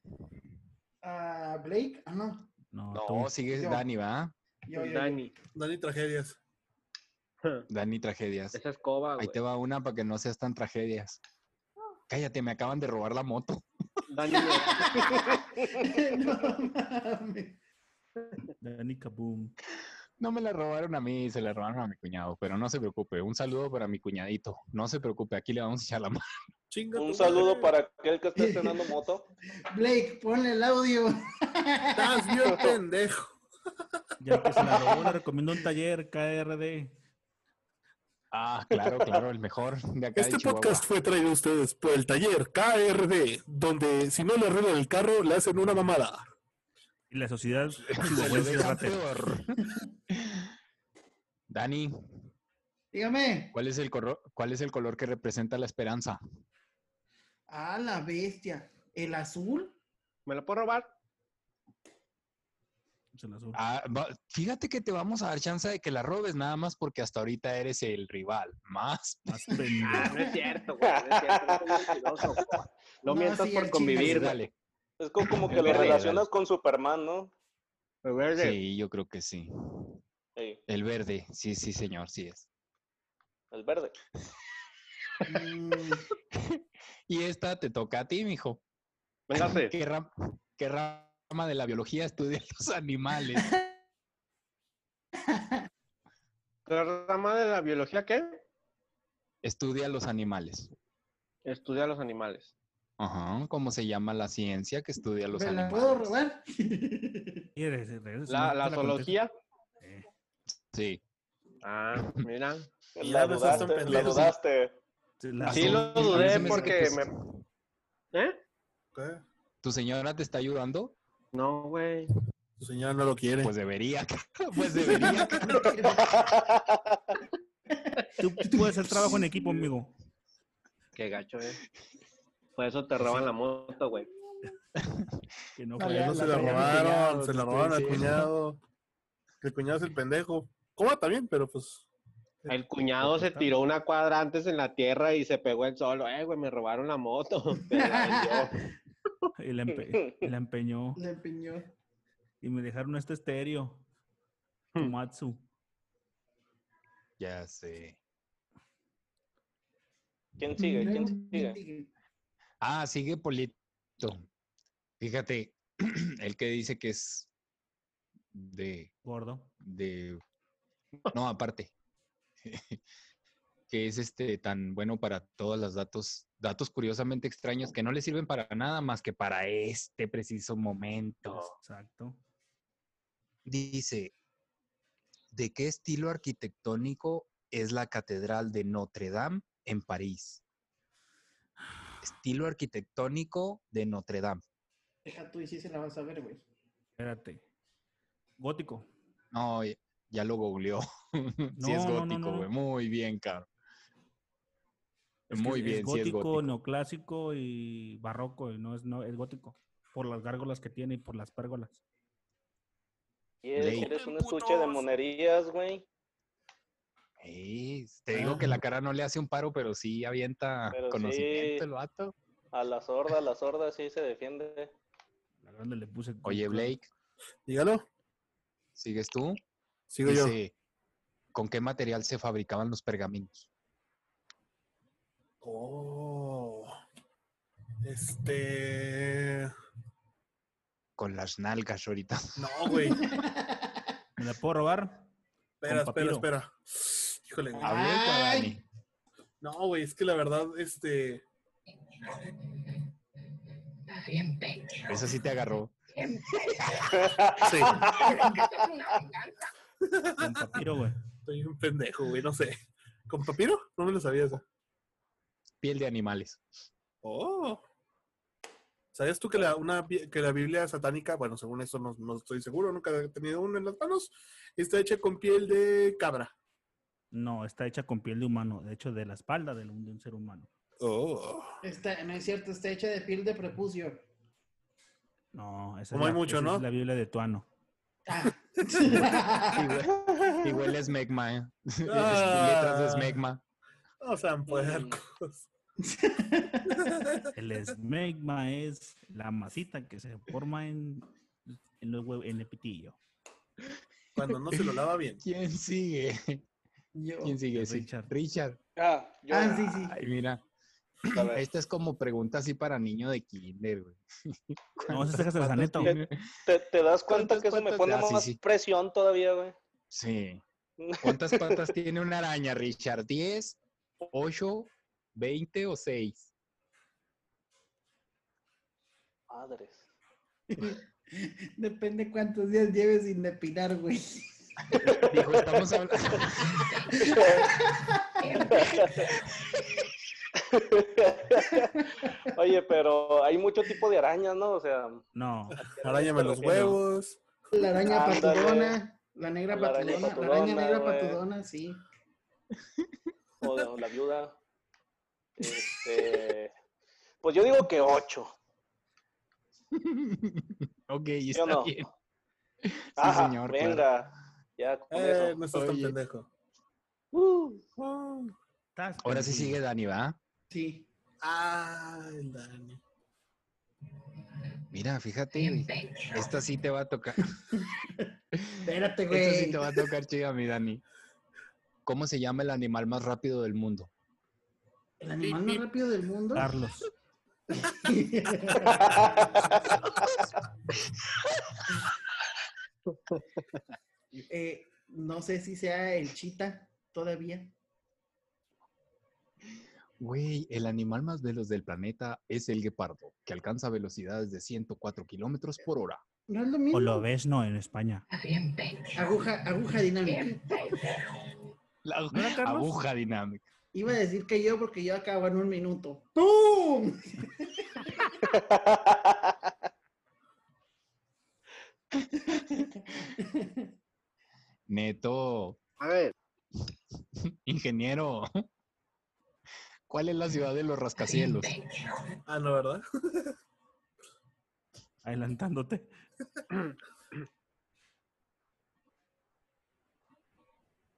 Ah, Blake. Ah, no.
No,
No,
tú.
sigue
Yo.
Dani, ¿va?
Yo, yo, yo.
Dani.
Dani Tragedias.
Dani Tragedias.
Esa escoba,
Ahí
güey.
te va una para que no seas tan tragedias. Cállate, me acaban de robar la moto.
Dani,
no mames.
Dani Kaboom.
No me la robaron a mí, se la robaron a mi cuñado, pero no se preocupe. Un saludo para mi cuñadito. No se preocupe, aquí le vamos a echar la mano.
Un saludo para aquel que está estrenando moto.
Blake, ponle el audio.
Estás bien pendejo.
Ya que se la robó, le recomiendo un taller KRD.
Ah, claro, claro, el mejor de acá de
Este
Chihuahua.
podcast fue traído a ustedes por el taller KRD, donde si no le arreglan el carro, le hacen una mamada.
Y la sociedad
Se
chihuahuense
lo
es
deja
ratera.
peor. Dani,
Dígame.
¿cuál es, el corro- ¿cuál es el color que representa la esperanza?
Ah, la bestia. El azul.
¿Me lo puedo robar?
Se la subo.
Ah, va- fíjate que te vamos a dar chance de que la robes nada más porque hasta ahorita eres el rival más.
Más pendejo.
No es cierto, güey. No es cierto. eres un mentiroso.
No,
Lo mientas
sí,
por
el
Dale,
convivir,
chingas.
güey.
dale.
Es como, como que
El
lo
verde,
relacionas con Superman, ¿no?
El verde.
Sí, yo creo que sí.
Ey,
El verde, sí, sí, señor, sí es.
el verde.
Mm,
Y esta te toca a ti, mijo.
Véngase.
¿Qué, ram- qué rama de la biología estudia los animales?
¿La rama de la biología qué?
Estudia los animales.
Estudia a los animales.
Ajá, ¿cómo se llama la ciencia que estudia los
Mm, ¿Me la
animales?
puedo robar?
Y regresa, regresa,
La,
no
la
te contesto.
zoología.
Eh,
Sí.
Ah, mira.
La
no
pues,
seas tan
dudaste, la
pendejo.
dudaste.
se la
Sí
soy.
lo
A mí
dudé
se me hace
porque
que tu-
me- ¿Eh?
¿Qué?
¿Tu señora te está ayudando?
No, güey.
Su señora no lo quiere.
Pues debería, pues debería.
Tú, tú puedes hacer trabajo en equipo, amigo.
Qué gacho, eh. Por eso te roban la moto, güey.
Que no
No,
fue-
Ah, ya
No,
la
se la
traía mi
robaron,
cuñado,
se
te
la
estoy
robaron al
diciendo.
cuñado. El cuñado es el pendejo. ¿Cómo también? Pero pues.
El cuñado se tiró una cuadra antes en la tierra y se pegó el solo. Eh, güey, me robaron la moto. Te la vendió.
Y la, empe- y la empeñó.
La empeñó.
Y me dejaron este estéreo.
Hmm.
Komatsu.
Ya sé.
¿Quién sigue? ¿Quién
Luego,
sigue?
Ah, sigue Polito. Fíjate, el que dice que es de,
Gordo.
de, no, aparte, que es este tan bueno para todos los datos, datos curiosamente extraños que no le sirven para nada más que para este preciso momento.
Exacto.
Dice, ¿de qué estilo arquitectónico es la Catedral de Notre Dame en París? Estilo arquitectónico de Notre Dame.
Deja tú y sí se la vas a ver, güey.
Espérate. Gótico.
No, ya- ya lo googleó. sí es
No, no, no,
gótico,
no.
güey. Muy bien, caro.
Es que
Muy
es-
bien,
es
sí
gótico,
es gótico.
neoclásico y barroco. y no es, no, es gótico. Por las gárgolas que tiene y por las pérgolas.
Y es-
Blake.
Eres un estuche de monerías, güey.
Ey, te digo que la cara no le hace un paro, pero sí avienta
Pero sí.
conocimiento el vato.
A la sorda, a la sorda sí se defiende.
La grande le puse.
Oye,
coca.
Blake,
Dígalo.
¿sigues tú?
Sigo yo.
Dice, ¿con qué material se fabricaban los pergaminos?
Oh. Este.
Con las nalgas ahorita.
No, güey. Espera,
¿Me la puedo robar?
espera,
papiro.
espera. Híjole. güey.
Hablé con
Ay.
Dani.
No, güey, es que la verdad, este.
Estás bien pendejo.
Esa sí te agarró.
bien
Sí,
pendejo, que esto es una venganza.
Con papiro, güey.
soy un pendejo, güey, no sé. ¿Con papiro? No me lo sabía esa.
Piel de animales.
Oh. ¿Sabías tú que la, una, bi- que la Biblia satánica, bueno, según eso no, no estoy seguro, nunca he tenido uno en las manos, está hecha con piel de cabra?
No, está hecha con piel de humano. De hecho, de la espalda de un, de un ser humano.
Oh.
Está- no es cierto, está hecha de piel de prepucio.
No, esa
Como
es
hay
la,
mucho,
esa
¿no?
es la Biblia de Tuano.
Y hue- y huele smegma. ¿eh? Letras de
Ah.
smegma.
O sea, pues,
Mm.
puercos.
El esmegma es la masita que se forma en, en, los hue- en el pitillo.
Cuando no se lo lava bien.
¿Quién sigue?
Yo.
¿Quién sigue? Sí,
Richard.
Richard.
Ah, yo.
Ah, sí, sí.
Ay, mira. Esta es como pregunta así para niño de kinder, güey.
No, esa es de Saneto.
¿Cuántas-
¿Te, te das cuenta
¿Cuántas
que eso me
patas?
pone
Ah, sí,
más
sí.
presión todavía, güey?
Sí. ¿Cuántas patas tiene una araña, Richard? ¿10, 8, 20 o 6?
Madres.
Depende cuántos días lleves sin depilar, güey.
Dijo, estamos hablando.
Oye, pero hay mucho tipo de arañas, ¿no? O sea,
No.
Aráñame los
Sí, no.
huevos.
La araña
Ándale.
patudona, la negra
La araña
patudona, la
patudona,
araña negra
güey.
patudona, sí.
o, o la viuda. Este, pues yo digo que ocho.
ok,
¿Sí
está
o no?
bien.
Ajá,
señor, claro.
venga. Ya con
Eh,
eso.
no estás tan
Oye.
pendejo.
Estás
Ahora sí
perdido.
sigue Dani, ¿va?
Sí.
Ah, el Dani.
Mira, fíjate, güey, esta sí te va a tocar.
Espérate,
Esta sí
güey.
te va a tocar chida, mi Dani. ¿Cómo se llama el animal más rápido del mundo?
El animal más rápido del mundo.
Ah.
Carlos.
Eh, no sé si sea el chita todavía.
Güey, el animal más veloz del planeta es el guepardo, que alcanza velocidades de 104 kilómetros por hora.
No es lo
O
mismo.
lo ves, no, en España.
Bien pendejo,
Aguja, aguja dinámica.
bien pendejo.
La
¿No era Carlos?
aguja dinámica.
Iba a decir que yo porque yo acabo en un minuto. ¡Pum!
Neto,
A ver,
ingeniero. ¿Cuál es la ciudad de los rascacielos?
Ah, no, ¿verdad?
Adelantándote.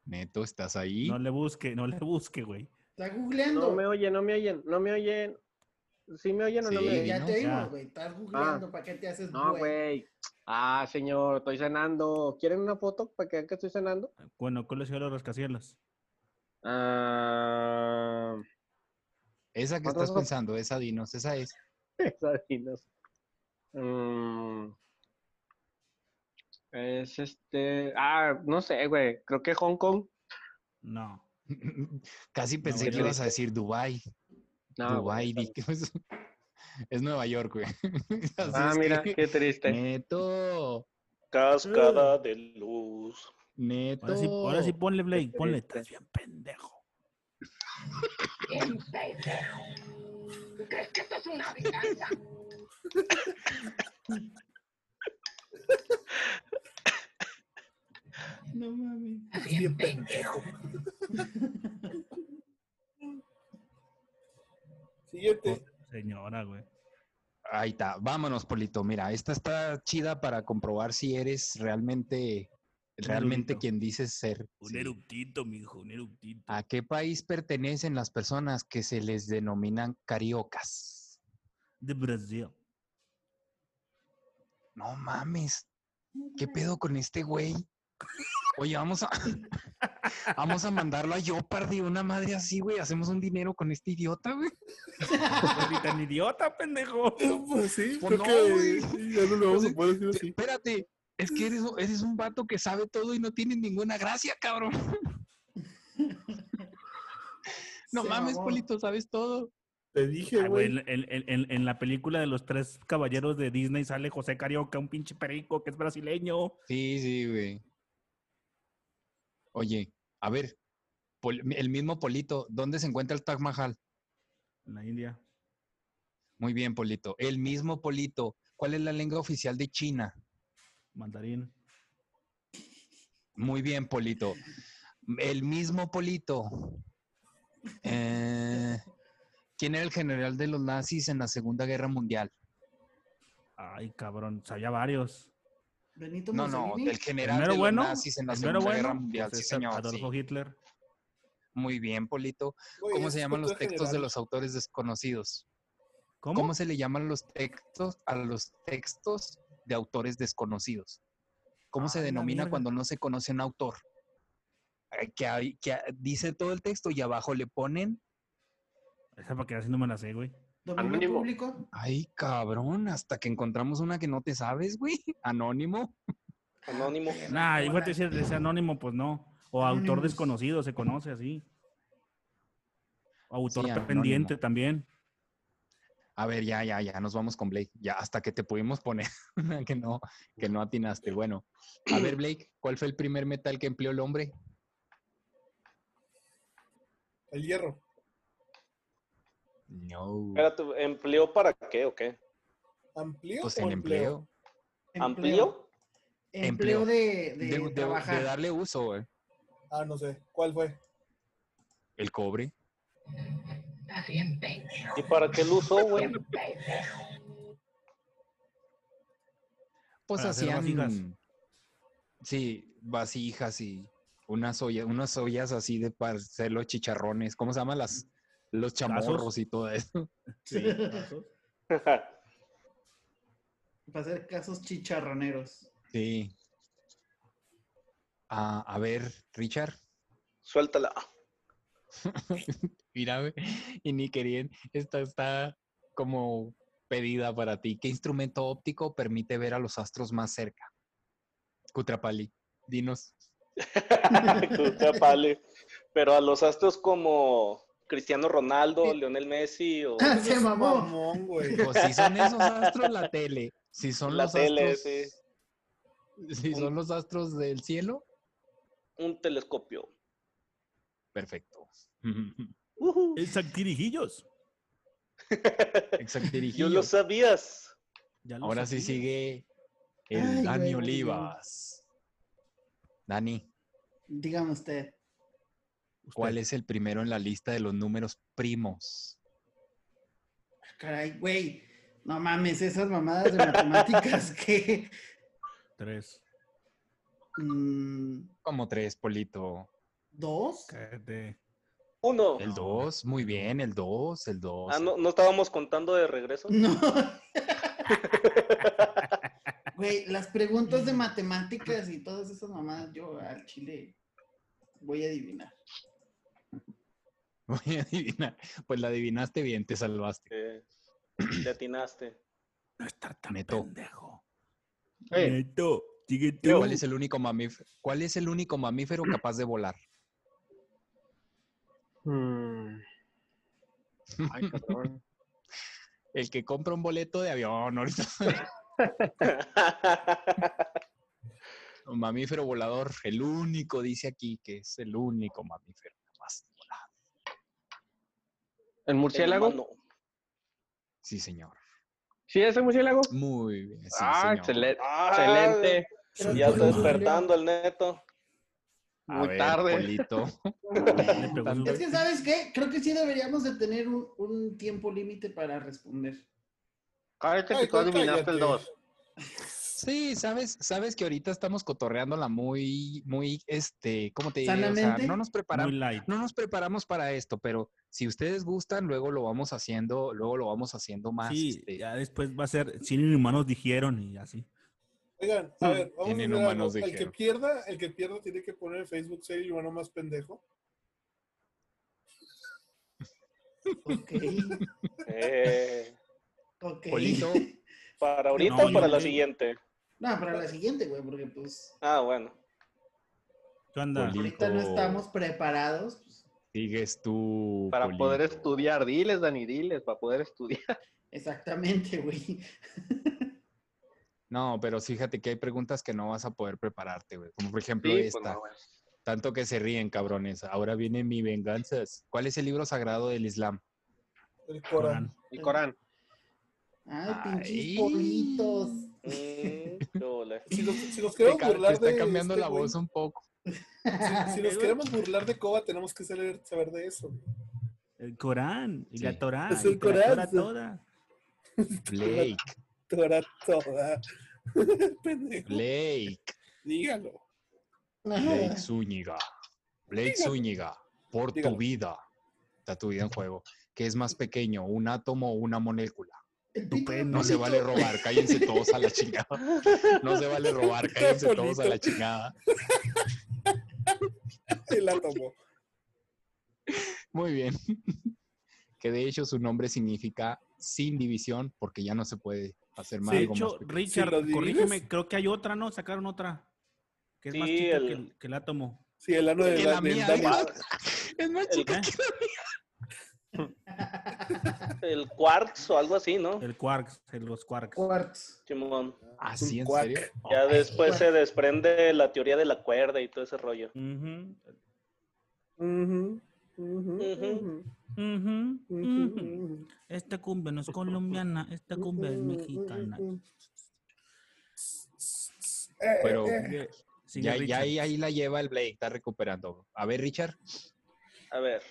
Neto, ¿estás ahí?
No le busque, no le busque, güey.
Está
No
googleando.
me oyen, no me oyen, no me oyen. ¿Sí me oyen o no
Sí.
me oyen?
ya
¿no?
te
Ya.
oímos, güey. Estás googleando. ¿Para qué te haces
No, güey. Ah, señor, estoy cenando. ¿Quieren una foto para que vean que estoy cenando?
Bueno, ¿cuál es el de los rascacielos?
Ah,
Esa que
¿Cuántos
estás
son?
pensando, esa dinos, esa es.
esa sí no sé. Mm, es este. Ah, no sé, güey. Creo que Hong Kong.
No.
Casi pensé que
York.
ibas a decir Dubai.
Ah,
No,
Dubai,
güey,
di que es, es Nueva York, güey. Así
Ah,
es
mira,
que-
qué
Eh.
triste.
Neto,
Ah.
Cascada de luz.
Neto.
Ahora sí, ahora sí ponle, Blake,
Este,
ponle.
este.
Estás bien pendejo.
Bien pendejo. ¿Tú crees que esto es una venganza?
No mames.
Bien pendejo.
Siguiente.
Señora, güey.
Ahí está. Vámonos, Polito. Mira, esta está chida para comprobar si eres realmente, realmente
erudito.
quien dices ser.
Un
Sí.
eruptito, mijo, un eruptito.
¿A qué país pertenecen las personas que se les denominan cariocas?
De Brasil.
No mames. ¿Qué pedo con este güey? Oye, vamos a, vamos a mandarlo a Jeopardy, una madre así, güey. Hacemos un dinero con este idiota, güey.
Pues ni tan idiota, pendejo.
Pues sí,
Pues
creo
no,
que
güey.
ya no lo vamos a
Pues,
poder decir
Te-
así.
Espérate, es que eres, eres un vato que sabe todo y no tienes ninguna gracia, cabrón. No
Se
mames,
mamó.
Polito, sabes todo.
Te dije,
Ah,
Ay, güey,
güey.
en, en- en- en- en la película de los tres caballeros de Disney sale José Carioca, un pinche perico que es brasileño.
Sí, sí, güey. Oye, a ver, Pol- el mismo Polito, ¿dónde se encuentra el Taj Mahal?
En la India.
Muy bien, Polito. El mismo Polito, ¿cuál es la lengua oficial de China?
Mandarín.
Muy bien, Polito. El mismo Polito. Eh, ¿Quién era el general de los nazis en la Segunda Guerra Mundial?
Ay, cabrón, sabía varios.
Benito
No, no,
Mussolini.
el general
Primero
de
bueno,
los nazis en la
El mero
Segunda Guerra
bueno,
Mundial.
pues,
sí,
es
señor,
Adolfo
sí.
Hitler.
Muy bien, Polito.
Güey,
¿Cómo
es
se llaman los
cultura
textos de
general.
los autores desconocidos?
¿Cómo?
¿Cómo? se le llaman los textos a los textos de autores desconocidos? ¿Cómo se
Ah, la
denomina
mierda.
cuando no se conoce un autor? Ay, Que, hay- que dice todo el texto y abajo le ponen
Esa para que así no me la sé, güey.
¿Dominio
Anónimo.
público?
Ay, cabrón, hasta que encontramos una que no te sabes, güey. Anónimo.
Anónimo.
Eh,
Nah, igual te decía, decía anónimo, pues no. O autor
Anonymous.
desconocido, se conoce así. Autor
Sí, anónimo.
pendiente también.
A ver, ya, ya, ya, nos vamos con Blake. Ya, hasta que te pudimos poner una que no, que no atinaste. Bueno, a ver, Blake, ¿cuál fue el primer metal que empleó el hombre?
El hierro.
No.
Espera, ¿tu ¿empleo para qué o qué?
¿Amplio
Pues
o
en empleo.
¿Amplio?
Empleo de, de
De, de- de
trabajar.
darle uso, eh, güey.
Ah, no sé. ¿Cuál fue?
El cobre.
¿Y para qué lo usó, güey?
Pues
Para hacer
hacían.
vasijas.
Sí, vasijas y unas ollas, unas ollas así de para hacer los chicharrones. ¿Cómo se llaman las? Los chamorros y todo eso.
Sí, casos.
Para hacer casos chicharroneros.
Sí. Ah, a ver, Richard.
Suéltala.
Mira, güey, y ni querían. Esta está como pedida para ti. ¿Qué instrumento óptico permite ver a los astros más cerca? Cutrapali, dinos.
Puta pale. Pero a los astros como Cristiano Ronaldo, Lionel Messi o
Ah.
Se mamó.
Mamón, güey.
Pues si son esos astros, la tele. Si son
la
los
tele,
astros.
sí.
Si son los astros del cielo,
un telescopio.
perfecto.
El Sactirijillos.
Yo lo
Exactirijillo.
sabías.
Ya lo
Ahora sí
sabía.
sigue el
Ay, güey,
Dani
no me digas.
Olivas. Dani,
Dígame usted.
¿cuál es el primero en la lista de los números primos?
"Ah, Caray, güey. No mames, esas mamadas de matemáticas que.
Tres.
mm,
Como tres, Polito.
¿Dos?
Cállate.
Uno.
El 2, muy bien, el 2, el 2.
Ah, no, no estábamos contando de regreso.
Mm.
No. Güey, las preguntas de matemáticas y todas esas mamadas, yo al chile voy a adivinar.
Voy a adivinar. Pues la adivinaste bien, te salvaste.
Eh, le atinaste.
No está tan
Neto.
pendejo.
Eh.
Neto, sigue tú.
¿Cuál es el único mamífero, ¿Cuál es el único mamífero capaz de volar?
Mm. Ay, cabrón.
El que compra un boleto de avión ahorita. Un mamífero volador, el único, dice aquí que es el único mamífero capaz de volar.
¿El
El
murciélago?
humano.
Sí, señor.
¿Sí es el murciélago?
Muy bien. sí,
ah,
señor.
excelente.
Ah,
excelente.
Ya está despertando el neto.
A
Muy
ver,
tarde.
Polito.
Le pregunto.
Es que, ¿sabes qué? Creo que sí deberíamos de tener un, un tiempo límite para responder.
Cállate
Ay,
que tú
no,
adivinaste el
cállate.
2.
Sí, sabes, sabes que ahorita estamos cotorreándola muy, muy, este, ¿cómo te diré? O sea,
Sanamente.
no nos
Muy
preparamos,
light.
no nos preparamos para esto, pero si ustedes gustan, luego lo vamos haciendo, luego lo vamos haciendo más.
Sí,
este,
ya después va a ser 100 humanos dijeron y así.
Oigan,
Ah,
a ver, vamos a
Tienen
hacer algo.
humanos de
El que
hierro.
pierda, el que pierda tiene que poner en Facebook ser el humano más pendejo.
Ok,
Eh,
ok.
Polito,
¿Para ahorita
No,
o
yo
para la
creo-
siguiente?
No, para la siguiente, güey, porque pues
Ah, bueno.
¿Qué onda?
Poli-
ahorita no
Hijo.
estamos preparados. pues,
sigues tú.
Para
Polito.
poder estudiar, diles, Dani, diles, para poder estudiar.
exactamente, güey.
No, pero fíjate que hay preguntas que no vas a poder prepararte, güey. Como por ejemplo
Sí, pues,
esta.
no, güey.
Tanto que se ríen, cabrones. Ahora viene mi venganza. ¿Cuál es el libro sagrado del Islam?
El Corán.
Corán.
El Corán.
Ay,
Ay.
pinches politos.
Mm, qué ole.
Si los, si nos
Te,
queremos
ca- te
burlar
está
de
cambiando
este
la
güey,
voz un poco.
Si, si nos queremos burlar de Coba, tenemos que saber, saber de eso.
El Corán y la
Sí.
Torá.
Es
y
el
te la
Corán,
Torá
sí.
toda.
Blake,
Torá toda. Pendejo.
Blake.
Dígalo. Ah.
Blake Zúñiga. Blake Zúñiga, por
Dígalo.
tu vida. Está tu vida en juego. ¿Qué es más pequeño, un átomo o una molécula?
El pito de
No se
Polito.
vale robar, cállense todos a la chingada. No se vale robar, cállense todos a la chingada.
El átomo.
Muy bien. que de hecho su nombre significa sin división, porque ya no se puede hacer más.
De
algo
hecho,
más pequeño.
Richard, corrígeme, creo que hay otra, ¿no? Sacaron otra. Que es más
Sí,
chica
el-
que, el, que el átomo. ¿Eh?
Sí, el ano de
Que
la-
la
del
mía,
Dani.
¿eh?
Es más
chica
que El quartz o algo así, ¿no?
El quarks, el- los quarks.
Quarks.
Simón.
Ah,
sí, ¿en serio?
Ya
Ok.
después se desprende la teoría de la cuerda y todo ese rollo.
Esta cumbia no es colombiana, esta cumbia es mexicana.
Pero
eh. Sigue
ya, ya
Richard.
ahí, ahí la lleva el Blake, está recuperando. A ver, Richard,
A ver.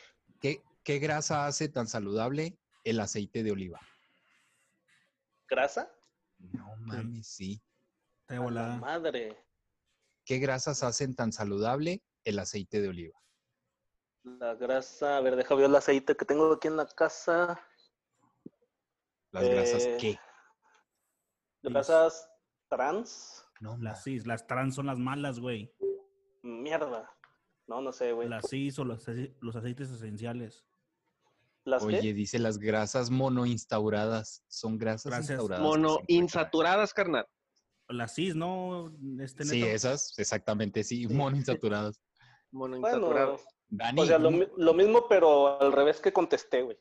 ¿qué, qué grasa hace tan saludable el aceite de oliva?
¿Grasa?
No mames, sí.
Está
La madre.
¿Qué grasas hacen tan saludable el aceite de oliva?
La grasa. A ver, deja ver el aceite que tengo aquí en la casa.
Las grasas
Eh,
qué?
Grasas trans.
las cis, las trans son las malas, güey.
Mierda. No, no sé, güey.
Las cis o los, ace- los aceites esenciales.
¿Las
Oye, dice las grasas monoinstauradas. Son grasas instauradas.
Monoinsaturadas, carnal.
Las cis, ¿no? Este,
Sí,
Neto?
esas, exactamente, sí, monoinsaturadas.
Bueno,
Monoinsaturadas.
Dani,
o sea, lo,
¿cómo?
mi- lo mismo, pero al revés que contesté, güey.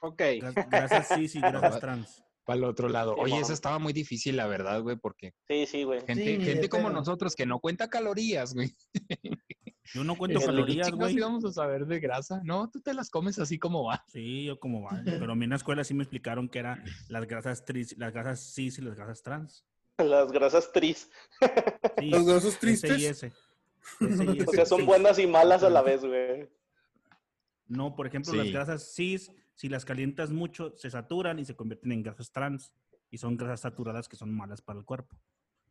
Ok.
Grasas cis y grasas trans.
Para el otro lado.
Sí,
Oye,
mamá.
esa estaba muy difícil, la verdad, güey, porque
Sí, sí, güey.
gente,
Sí, ni
gente
de
como
pedo.
nosotros que no cuenta calorías, güey.
Yo no cuento
Este, ¿qué
calorías,
chingados
güey.
íbamos a saber de grasa? No, tú te las comes así como va.
Sí, yo como va. Pero a mí en la escuela sí me explicaron que eran las grasas tris, las grasas cis y las grasas trans.
Las grasas tris.
Sí,
Las grasas
ese
tristes.
y ese. Ese y
O
ese,
sea, son
sí.
buenas y malas a la vez, güey.
No, por ejemplo,
Sí.
las grasas cis, si las calientas mucho, se saturan y se convierten en grasas trans. Y son grasas saturadas que son malas para el cuerpo.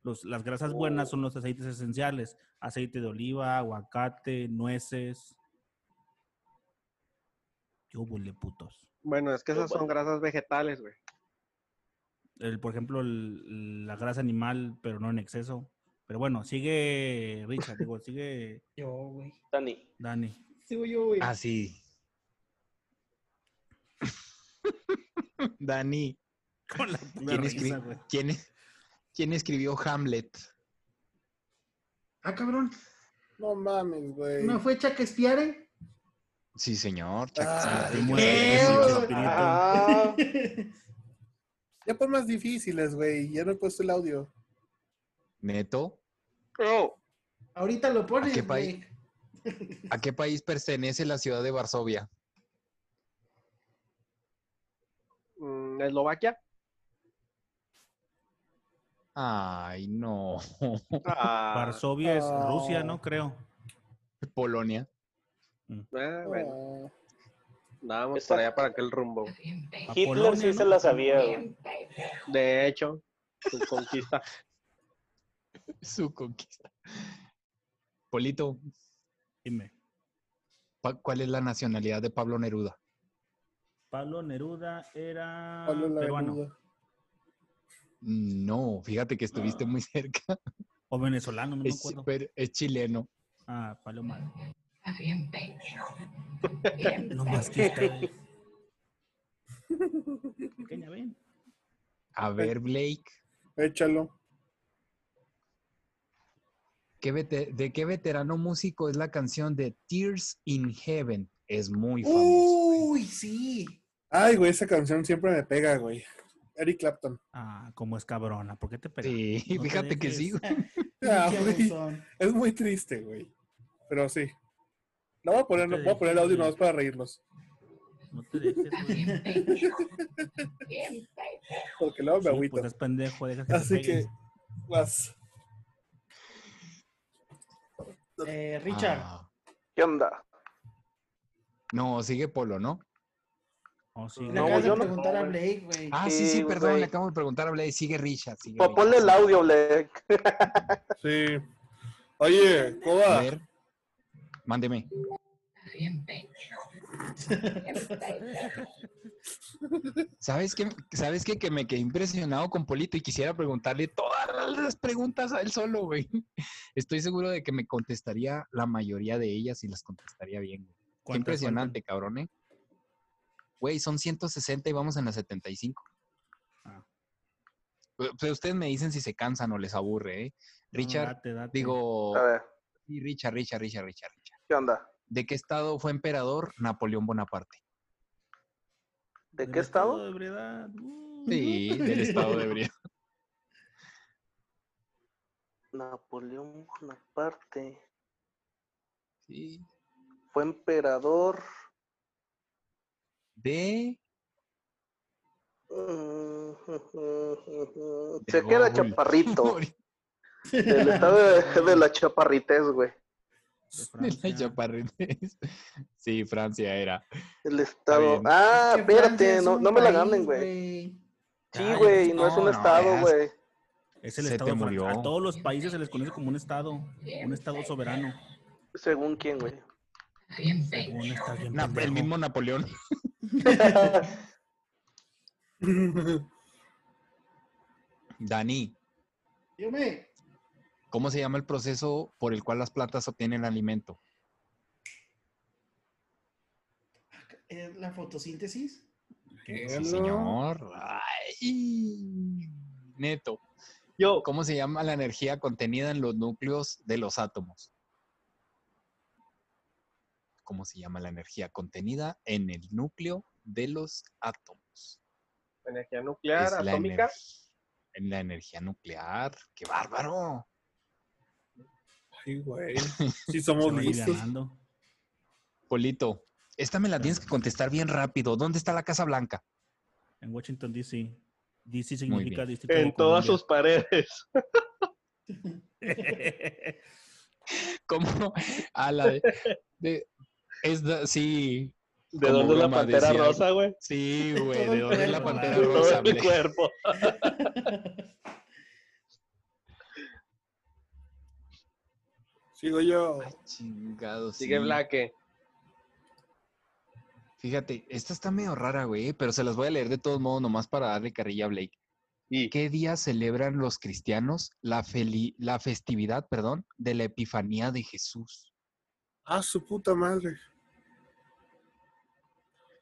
Los- las grasas buenas
Oh.
son los aceites esenciales. Aceite de oliva, aguacate, nueces. Yo huele putos.
Bueno, es que esas son grasas vegetales, güey.
El, por ejemplo, el- la grasa animal, pero no en exceso. Pero bueno, sigue Richard, digo, sigue
Yo, güey. Dani.
Dani.
Sigo yo, güey.
Ah, sí. Dani. ¿Quién,
risa,
escri-
güey.
quién es- quién escribió Hamlet?
Ah, cabrón.
No mames, güey.
¿No fue Shakespeare?
Sí, señor. Ah,
Ah. Ya por más difíciles, güey. Ya no he puesto el audio.
Neto,
Ahorita lo pones,
¿A qué país?
güey.
¿a qué país pertenece la ciudad de Varsovia?
Mm, Eslovaquia.
Ay, no.
Ah,
Varsovia es Rusia, ¿no? Creo.
Polonia.
Ah, bueno. Nada, vamos para allá, para aquel rumbo.
Hitler sí se la sabía, güey.
De hecho, su conquista.
Su conquista. Polito.
Dime.
Pa- ¿Cuál es la nacionalidad de Pablo Neruda?
Pablo Neruda
Ah,
era
Pablo la
peruano
Neruda.
No, fíjate que estuviste muy cerca.
o venezolano, no Ah, me
Es,
acuerdo.
pero es chileno.
Ah, Paloma.
Bien pendejo.
No más que usted. Pequeña, ven.
A ver, Blake,
Échalo.
¿qué vete- ¿de qué veterano músico es la canción de Tears in Heaven? Es muy famosa.
Uh,
Uy, sí.
Ay, güey, esa canción siempre me pega, güey. Eric Clapton.
Ah, como es cabrona, ¿por qué te pegas? Sí,
fíjate que sí, güey. Ah, güey,
Pinche
es muy triste, güey. Pero sí. No voy a poner, voy a poner el audio nomás para reírnos.
No te dejes,
Porque luego me
güey,
agüito.
pues es pendejo, deja que
Así
te
que,
peguen.
vas.
Eh, Richard.
Ah,
¿Qué onda?
no, sigue Polo, ¿no?
Oh, sí.
Le acabas de preguntar a Blake, güey.
Ah, sí, sí,
Sí,
perdón,
güey.
le acabo de preguntar a Blake. Sigue Richard. Sigue
Pues ponle el audio, Blake.
Sí. Oye,
Richard. A
Coba,
ver, mándeme.
Bien pendejo. Bien pendejo.
¿Sabes qué? ¿Sabes qué? Que me quedé impresionado con Polito y quisiera preguntarle todas las preguntas a él solo, güey. Estoy seguro de que me contestaría la mayoría de ellas y las contestaría bien. güey. Qué
¿Cuántas
impresionante, cabrón, ¿eh? güey, son 160 y vamos en la 75. Pues ustedes me dicen si se cansan o les aburre, ¿eh? Richard,
date, date. Oh.
digo...
A ver.
Sí, Richard, Richard, Richard, Richard, Richard.
¿Qué onda?
¿De qué estado fue emperador Napoleón Bonaparte?
¿De qué estado?
de ebriedad.
Sí, del estado de ebriedad.
Napoleón Bonaparte.
Sí.
Fue emperador.
De...
mm, Se queda
Google.
chaparrito. Del estado de, de la chaparritez, güey.
De la chaparritez. Sí, Francia era.
El estado.
bien.
Ah,
Que Francia
espérate,
es
no,
un
no me la
país,
ganen, güey. Sí,
Ay,
güey, no es
no,
un
no,
estado,
veas.
güey.
Es el
Se
estado
te
de Francia.
murió.
A todos los países se les conoce como un estado, un estado soberano.
Según quién, güey.
Bien
Según estás bien
Na- el
pendejo.
mismo Napoleón. Dani,
Dígame.
¿cómo se llama el proceso por el cual las plantas obtienen alimento?
¿Es eh, la fotosíntesis?
Sí, señor. Ay, neto.
Yo,
¿Cómo se llama la energía contenida en los núcleos de los átomos? ¿Cómo se llama la energía contenida en el núcleo de los átomos?
Energía nuclear, atómica.
energ- en la energía nuclear. ¡Qué bárbaro!
Ay, güey. Sí, somos
Se van
listos.
alivianando.
Polito, esta me la tienes que contestar bien rápido. ¿Dónde está la Casa Blanca?
En Washington, D.C. D.C.
Muy
significa
bien.
Distrito de
En todas sus
Columbia.
paredes.
¿Cómo? A la de, de- es da- sí,
¿De
Como
dónde es la
broma,
pantera
decía.
rosa, güey?
sí, güey.
todo
¿De
el
dónde es la
cuerpo.
pantera
Todo
Todo
rosa?
el
hombre?
cuerpo.
Sigo yo.
Ay, chingado,
Sigue
sí.
Blaque.
Fíjate, esta está medio rara, güey, pero se las voy a leer de todos modos nomás para darle carrilla a Blake.
Y
¿Qué día celebran los cristianos la, feli- la festividad, perdón, de la Epifanía de Jesús?
Ah, su puta madre.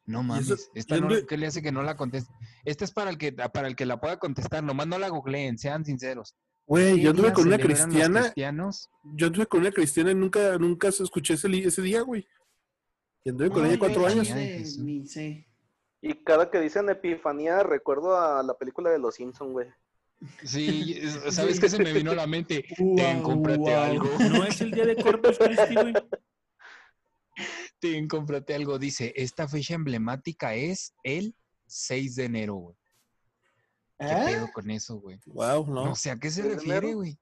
No
¿Y
mames,
eso-
esta
y
no,
dónde-
¿qué le hace que no la conteste? Esta es para el que para el que la pueda contestar, nomás no la googleen, sean sinceros.
Güey,
¿Qué
yo anduve
día
con una
celebran los
cristiana.
cristianos?
Yo anduve con una cristiana y nunca, nunca se escuché ese, li- ese día, güey. Y anduve con
Ay,
ella cuatro
yo
años.
sí,
Ay, Jesús.
mi- sí.
y cada que dicen epifanía, recuerdo a la película de los Simpsons, güey.
Sí, es- ¿sabes qué se me vino a la mente?
Guau,
Ten, cómprate
guau.
algo.
No es el día de Corpus Christi, güey.
Ten, cómprate algo. Dice, esta fecha emblemática es el 6 de enero, güey. ¿Qué
¿Eh?
pedo con eso, güey?
Wow, no.
No sé a qué se
6 de
refiere,
enero.
güey.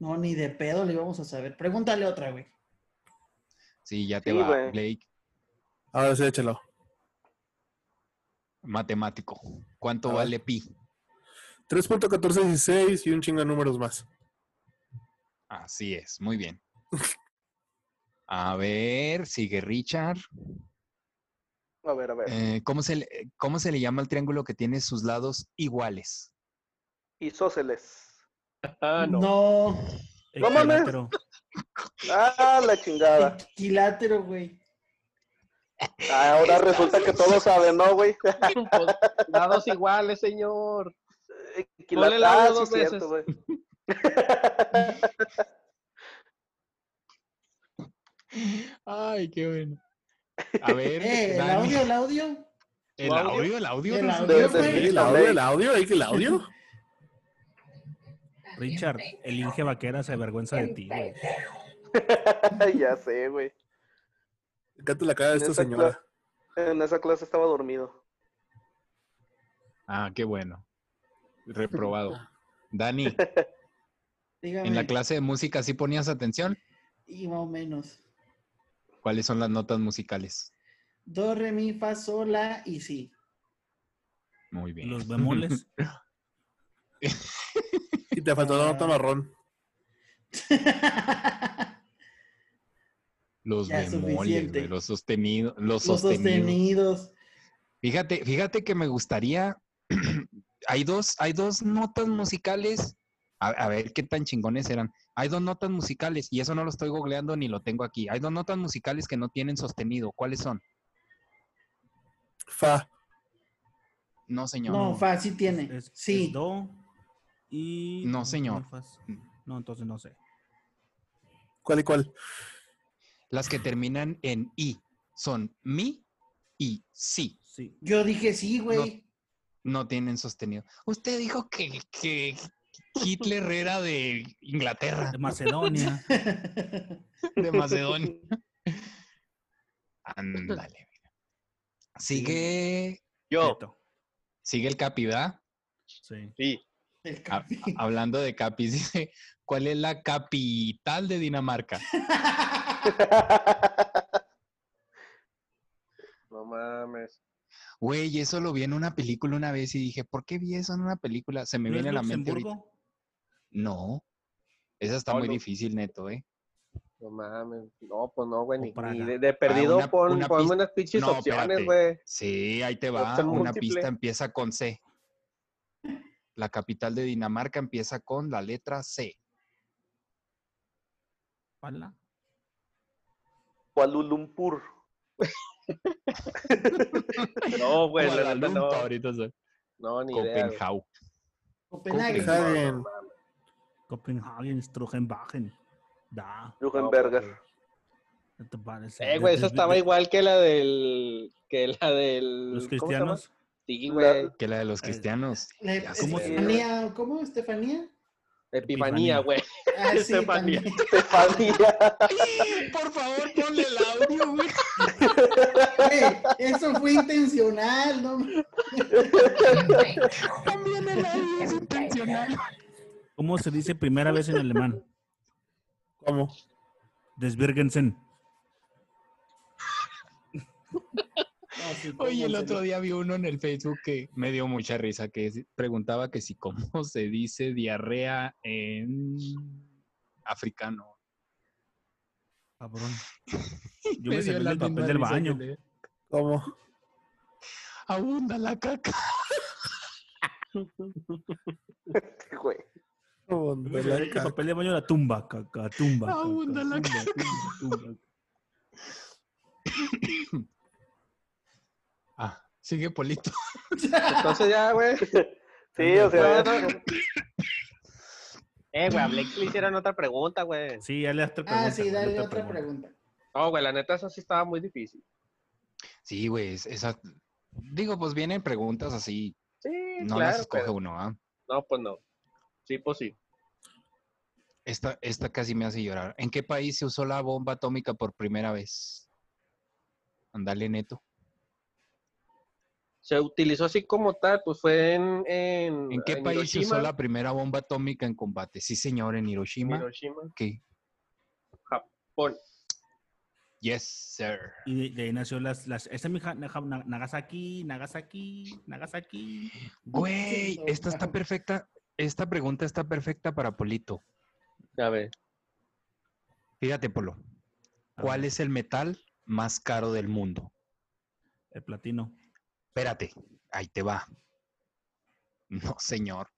No, ni de pedo le íbamos a saber. Pregúntale otra, güey.
Sí, ya te
Sí,
va,
güey.
Blake.
Ahora sí, échalo.
Matemático. ¿Cuánto
A ver.
vale pi?
3.1416 y un chingo de números más.
Así es, muy bien. A ver, sigue Richard.
A ver, a ver.
Eh, ¿cómo, se le, ¿Cómo se le llama al triángulo que tiene sus lados iguales?
Isóceles.
Ah, no.
No.
No mames.
Equilátero.
Ah, la chingada.
Equilátero, güey.
Ahora resulta que todos saben, ¿no, güey?
Pues, Dados iguales, señor. Ponle la
Ah,
dos
sí,
veces.
cierto, güey.
Ay, qué bueno. A ver,
Eh, el
Dani.
audio, el audio.
El audio, el audio.
El
no
audio,
sé.
De-
güey.
de-
¿El
la
audio?
ley.
¿El audio? ¿Hay que el audio?
Richard, el Inge Vaquera se avergüenza de ti, güey.
ya sé, güey.
Me encanta la cara de esta
Neta,
señora.
En esa clase estaba dormido.
Ah, qué bueno. Reprobado. Dani,
Dígame.
en la clase de música sí ponías atención.
Y más o menos.
¿Cuáles son las notas musicales?
Do, re, mi, fa, sol, la y sí.
Muy bien.
Los bemoles.
Y te faltó la nota marrón.
Los
Ya,
bemoles,
suficiente.
güey, los sostenidos, los
Los
sostenidos.
sostenidos.
Fíjate, fíjate que me gustaría. hay dos, hay dos notas musicales. A, a ver qué tan chingones eran. Hay dos notas musicales, y eso no lo estoy googleando ni lo tengo aquí. Hay dos notas musicales que no tienen sostenido. ¿Cuáles son?
Fa.
No, señor.
No, fa sí tiene.
Es,
sí.
es do y...
No, señor. Mm.
No, entonces no sé.
¿Cuál y cuál?
Las que terminan en i son mi y si.
Sí.
Yo dije sí, güey.
No tienen sostenido. Usted dijo que, que Hitler era de Inglaterra,
De Macedonia.
de Macedonia. Ándale. mira. Sigue,
Yo.
Neto.
sigue el Capi, ¿verdad?
Sí.
Sí.
El
Ha-
capi.
hablando de Capi, dice, ¿cuál es la capital de Dinamarca?
No mames.
Güey, eso lo vi en una película una vez y dije, ¿por qué vi eso en una película? Se me
¿No es
viene a la mente ahorita.
Luxemburgo?
No. Esa está
No,
muy
no.
difícil, neto, ¿eh?
No mames. No, pues no, güey.
O
Ni,
Praga.
ni de, de perdido
una-
pon,
una
ponme
pista.
unas pinches
No,
opciones,
espérate.
güey.
Sí, ahí te va.
Opción
Una
múltiple.
pista empieza con C. La capital de Dinamarca empieza con la letra C.
Pala.
Kuala Lumpur.
No,
Pues
güey. la neta,
Guadalupe,
No,
ahorita soy.
no, ni idea. güey.
Copenhague.
Copenhague.
Hagen.
Copenhagen, Strugenbagen. Da.
Jugenberger.
¿qué te parece?
Eh, güey, eso
De- de-
estaba
de-
igual que la del. Que la del.
Los
¿cómo se llama?
cristianos.
Sí, güey.
Que la de los
Eh,
cristianos.
La
Ya
ep-
sé,
Estefanía, ¿cómo? ¿Estefanía?
Epifanía.
Epifanía, güey.
Ah, sí,
Estefanía.
también.
Epifanía.
Por favor, ponle el audio, güey.
Güey, eso fue intencional, ¿no?
También el audio es intencional.
¿Cómo se dice primera vez en alemán?
¿Cómo?
Desbirgensen.
Ah, sí,
Oye, el
pónganse.
otro día vi uno en el Facebook que me dio mucha risa, que es- preguntaba que si cómo se dice diarrea en africano.
Cabrón. Yo
Me
me
dio
salí
la
del papel
misma
del
risa que
baño.
le-
¿Cómo?
Abunda la caca.
Güey.
¿Cómo?
Yo me salí del papel del baño la tumba, caca, tumba.
Ah,
caca,
Abunda la
tumba, tumba, tumba.
Ah, sigue Polito.
Entonces ya, güey.
Sí, o sea.
No, no, no. Eh, güey, hablé que le hicieron otra pregunta, güey.
Sí, dale otra pregunta.
Ah, sí, dale otra pregunta.
No, güey, la neta, eso sí estaba muy difícil.
Sí, güey, es- esa... Digo, pues vienen preguntas así,
Sí,
no
claro.
las escoge
pero-
uno, ¿ah?
No, pues no. Sí, pues sí.
Esta, esta casi me hace llorar. ¿En qué país se usó la bomba atómica por primera vez? Andale, Neto.
Se utilizó así como tal, pues fue en. ¿En,
¿En qué
en
país se usó
Hiroshima,
la primera bomba atómica en combate? Sí, señor, en Hiroshima.
Hiroshima,
¿Qué?
Japón.
Yes, sir.
Y de, de ahí nació las, las esa es mi ja- na- ja- na- Nagasaki, Nagasaki, Nagasaki.
Güey,
no
esta está
mames.
perfecta. Esta pregunta está perfecta para Polito.
A ver.
Fíjate, Polo.
A
¿Cuál
ver,
es el metal más caro del mundo?
El platino.
Espérate, ahí te va. No, señor.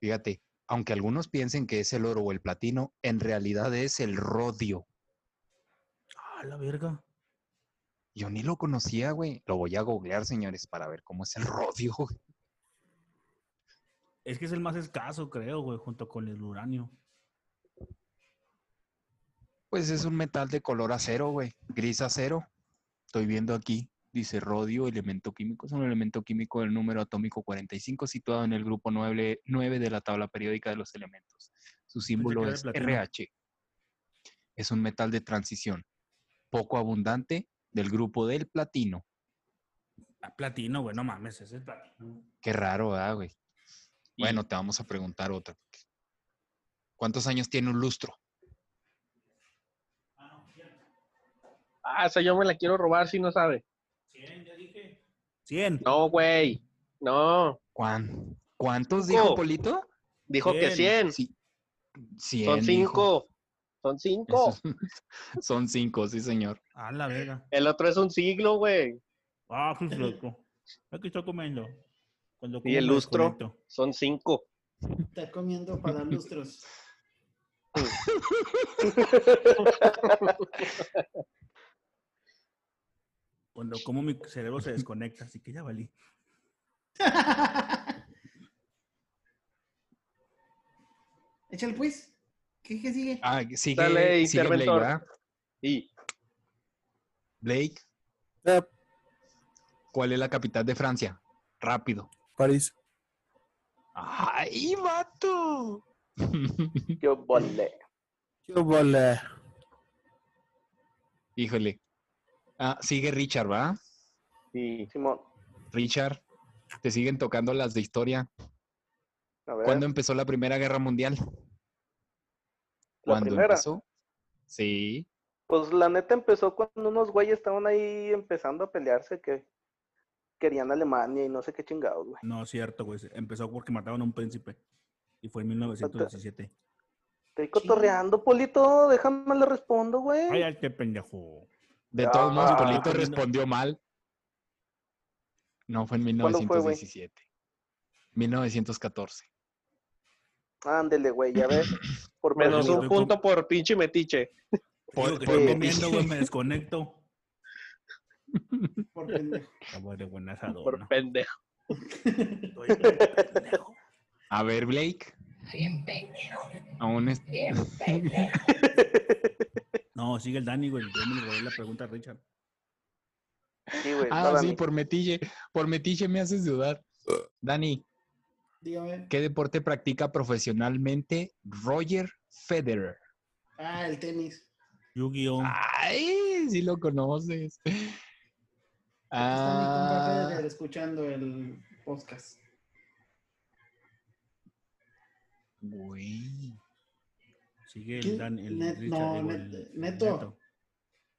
Fíjate, aunque algunos piensen que es el oro o el platino, en realidad es el rodio.
Ah, la verga.
Yo ni lo conocía, güey. Lo voy a googlear, señores, para ver cómo es el rodio. güey.
Es que es el más escaso, creo, güey, junto con el uranio.
Pues es un metal de color acero, güey. Gris acero. Estoy viendo aquí. Dice rodio, elemento químico. Es un elemento químico del número atómico 45 situado en el grupo 9, 9 de la tabla periódica de los elementos. Su símbolo
era
es
platino.
RH. Es un metal de transición. Poco abundante del grupo del platino.
Ah, platino, güey, no mames, es el platino.
Qué raro, ¿verdad, güey?
Y-
Bueno, te vamos a preguntar otra. ¿Cuántos años tiene un lustro?
Ah, esa yo me la quiero robar si no sabe.
100, ya dije. 100.
No, güey. No.
¿Cuán- ¿Cuántos dijo
Cinco.
Polito?
Dijo que
Cien.
100.
Sí.
Son 5. Son 5.
Son cinco, sí, señor.
Ah, la verga.
El otro es un siglo, güey.
Ah, qué loco. Aquí estoy comiendo. Cuando
Y el
como me
lustro.
desconecto.
Son 5.
Está comiendo para dar lustros.
Con Cuando como mi cerebro se desconecta, así que ya valí.
Échale pues. ¿Qué, qué sigue?
Ah, sigue,
Dale,
sigue Blake,
interventor.
¿verdad?
Y
Blake, ¿cuál es la capital de Francia? Rápido.
París.
¡Ay, vato!
Yo volé.
Yo volé.
Híjole. Ah, sigue Richard, ¿va?
Sí.
Simón,
Richard, te siguen tocando las de historia.
a ver.
¿Cuándo empezó la Primera Guerra Mundial?
la
¿Cuándo
primera.
empezó? Sí.
Pues la neta empezó cuando unos güeyes estaban ahí empezando a pelearse que querían Alemania y no sé qué chingados, güey.
No, es cierto, güey. Empezó porque mataron a un príncipe. Y fue en 1917.
Estoy cotorreando, Polito, déjame le respondo, güey.
Ay, qué pendejo.
De todos modos,
Ah.
Polito respondió mal. No, fue en
¿Cuándo fue, güey?
1917. 1914.
Ándele, güey, ya ves. Por
menos
perdido.
un punto por pinche metiche.
Por-
Digo que
por
estoy
mi-
comiendo, güey, me desconecto.
Por pendejo.
Sabor de buena
Por
asadona.
pendejo.
A ver, Blake,
Bien pendejo.
aún es...
Bien pendejo.
No, sigue el Dani, güey. Yo me le robé la pregunta a Richard.
Sí, güey,
Ah,
nada,
sí,
ni-
por Metiche. Por Metiche me haces dudar. Dani,
Dígame.
¿qué deporte practica profesionalmente Roger Federer?
Ah, el tenis.
Yu-Gi-Oh!
Ah,
Ay, sí lo conoces.
Está mi compa
Ah,
Federer escuchando el podcast.
güey.
Sigue
¿Qué?
el Dani. El
Net-
Richard,
no,
digo,
Net-
el-
Neto.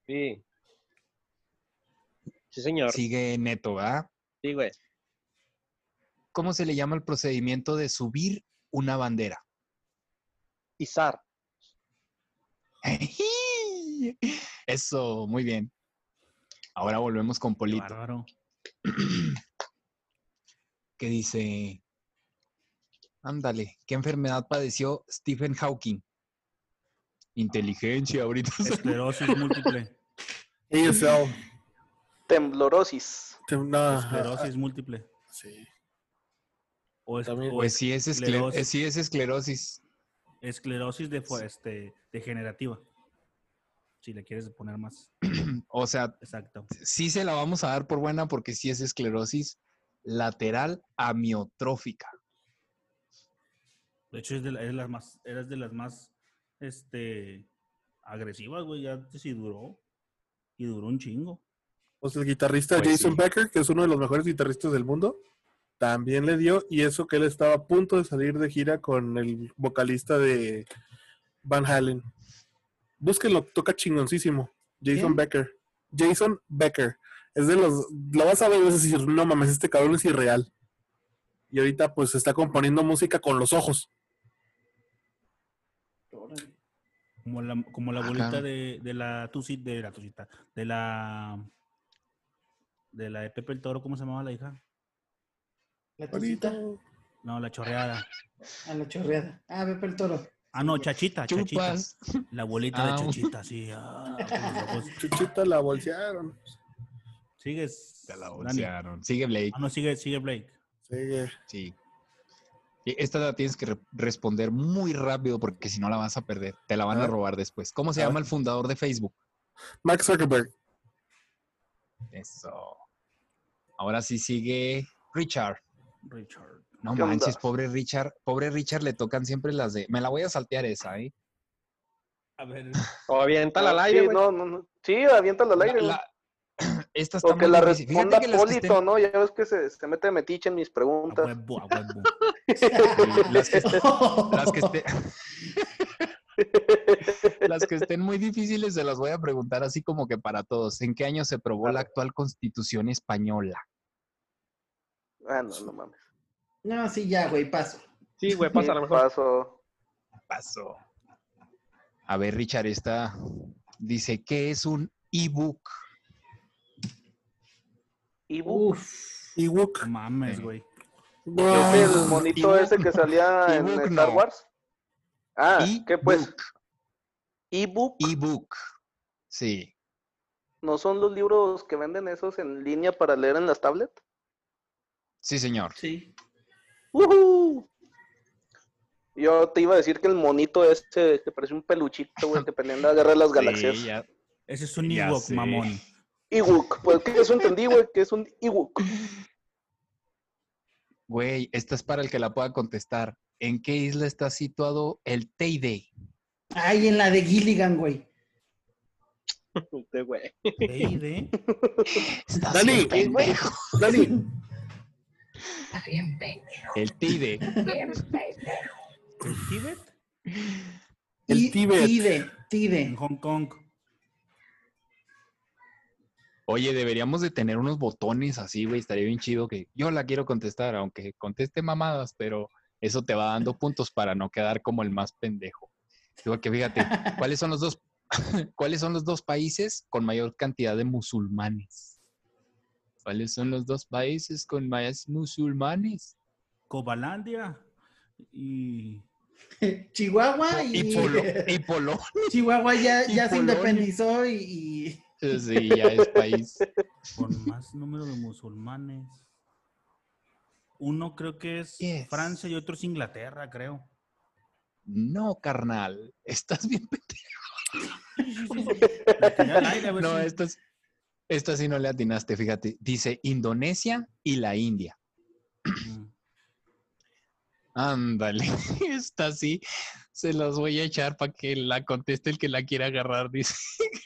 Sí. Sí, señor. Sí,
Sigue Neto, ¿va?
güey.
¿Cómo se le llama el procedimiento de subir una bandera?
Izar.
Eso, muy bien. Ahora volvemos con
Qué
Polito.
bárbaro.
que dice, ándale, ¿qué enfermedad padeció Stephen Hawking? Inteligencia, ahorita.
Esclerosis múltiple.
AFL.
Temblorosis.
Tem- No,
Esclerosis múltiple.
sí.
O, es-
También-
o
Pues
es-
sí es, escle-
esclerosis.
eh, sí es esclerosis.
esclerosis de, fue- este, degenerativa. Si le quieres poner más
O sea,
exacto.
sí se la vamos a dar por buena porque sí es esclerosis lateral amiotrófica.
De hecho, es de, la- es las más, eras de las más este, agresivas, güey. Ya antes sí duró. Y duró un chingo.
Pues el guitarrista
Pues
Jason
sí.
Becker, que es uno de los mejores guitarristas del mundo, también le dio, y eso que él estaba a punto de salir de gira con el vocalista de Van Halen. Búsquenlo, toca chingoncísimo. Jason
¿Quién?
Becker. Jason Becker. Es de los. Lo vas a ver y vas a decir, no mames, este cabrón es irreal. Y ahorita pues está componiendo música con los ojos.
Órale.
Como la, como la
Ah,
bolita
claro.
de, de la tusi, de la tusita, de la de la de Pepe el Toro, ¿cómo se llamaba la hija?
La tacita
No, la chorreada.
a la chorreada. Ah, Pepe el Toro.
Ah, no, chachita, chachita.
Chupas.
La bolita
Ah,
de
un-
chachita, sí. ah, con los ojos.
Chuchita la bolsearon.
Sigues.
Ya la
Dani?
bolsearon. Sigue Blake.
Ah, no, sigue, sigue Blake.
Sigue.
Sí. Y Esta la tienes que re- responder muy rápido porque si no la vas a perder. Te la van
A
a
ver.
robar después. ¿Cómo se
A
llama el fundador de Facebook?
Mark Zuckerberg.
Eso. Ahora sí sigue Richard.
Richard.
No
¿Qué onda?
manches, pobre Richard. Pobre Richard le tocan siempre las de. Me la voy a saltear esa, ¿eh?
A ver.
O aviéntala al
No,
aire,
Ah, sí,
güey.
no, no, no. Sí, aviéntala al
La-
aire, güey.
la- Esta está
O que
muy
la
difícil. Fíjate
responda
que las que
Polito,
estén-
¿no? Ya ves que se, se mete metiche en mis
A
preguntas.
huevo, a huevo.
Ah, las que, Este, las que esté- las que estén muy difíciles se las voy a preguntar así como que para todos. ¿En qué año se aprobó la actual constitución española?
Ah, no, no mames.
No, sí, ya, güey, paso.
Sí, güey, pasa a lo mejor.
Paso.
Paso. A ver, Richard, esta dice, ¿qué es un ebook?
Y bu-
Uf.
Y Wook.
No mames,
Sí.
güey.
Yo fui el
Ah,
monito
ebook.
ese que salía en
Ebook
Star
no.
Wars. Ah, ¿qué pues?
Ebook.
Ebook.
Ebook. Sí.
¿No son los libros que venden esos en línea para leer en las tablets?
Sí, señor.
Sí.
¡Woohoo! Yo te iba a decir que el monito este que parece un peluchito, güey, que pelea en la guerra de las galaxias.
Ese es un
Ya
Ewok,
sé.
mamón.
Ewok, pues que eso entendí, güey, que es un Ewok.
Güey, esta es para el que la pueda contestar. ¿En qué isla está situado el Teide?
Ay, en la de Gilligan, güey.
Este güey.
Teide.
Estás
Dani.
bien pendejo.
Dani,
Está bien pendejo,
El Teide.
bien pendejo.
¿El Tíbet?
El
Ti-
Tíbet.
Tide,
En
Tide.
Hong Kong.
Oye, deberíamos de tener unos botones así, güey. Estaría bien chido que yo la quiero contestar, aunque conteste mamadas, pero eso te va dando puntos para no quedar como el más pendejo. Digo que fíjate, ¿cuáles son los dos, ¿cuáles son los dos países con mayor cantidad de musulmanes? ¿Cuáles son los dos países con más musulmanes?
Cobalandia. Y.
Chihuahua
Y,
y,
Polo, y Polo.
Chihuahua ya,
y
ya se
Polonia.
independizó y, y-
Sí, ya es país.
Con más número de musulmanes. Uno creo que es
Yes.
Francia y otro es Inglaterra, creo.
No, carnal. Estás bien pendejo.
La tiré al aire, a ver
No,
si-
esta, es- esta sí no le atinaste, fíjate. Dice Indonesia y la India.
Mm.
Ándale, esta sí se las voy a echar para que la conteste el que la quiera agarrar. Dice,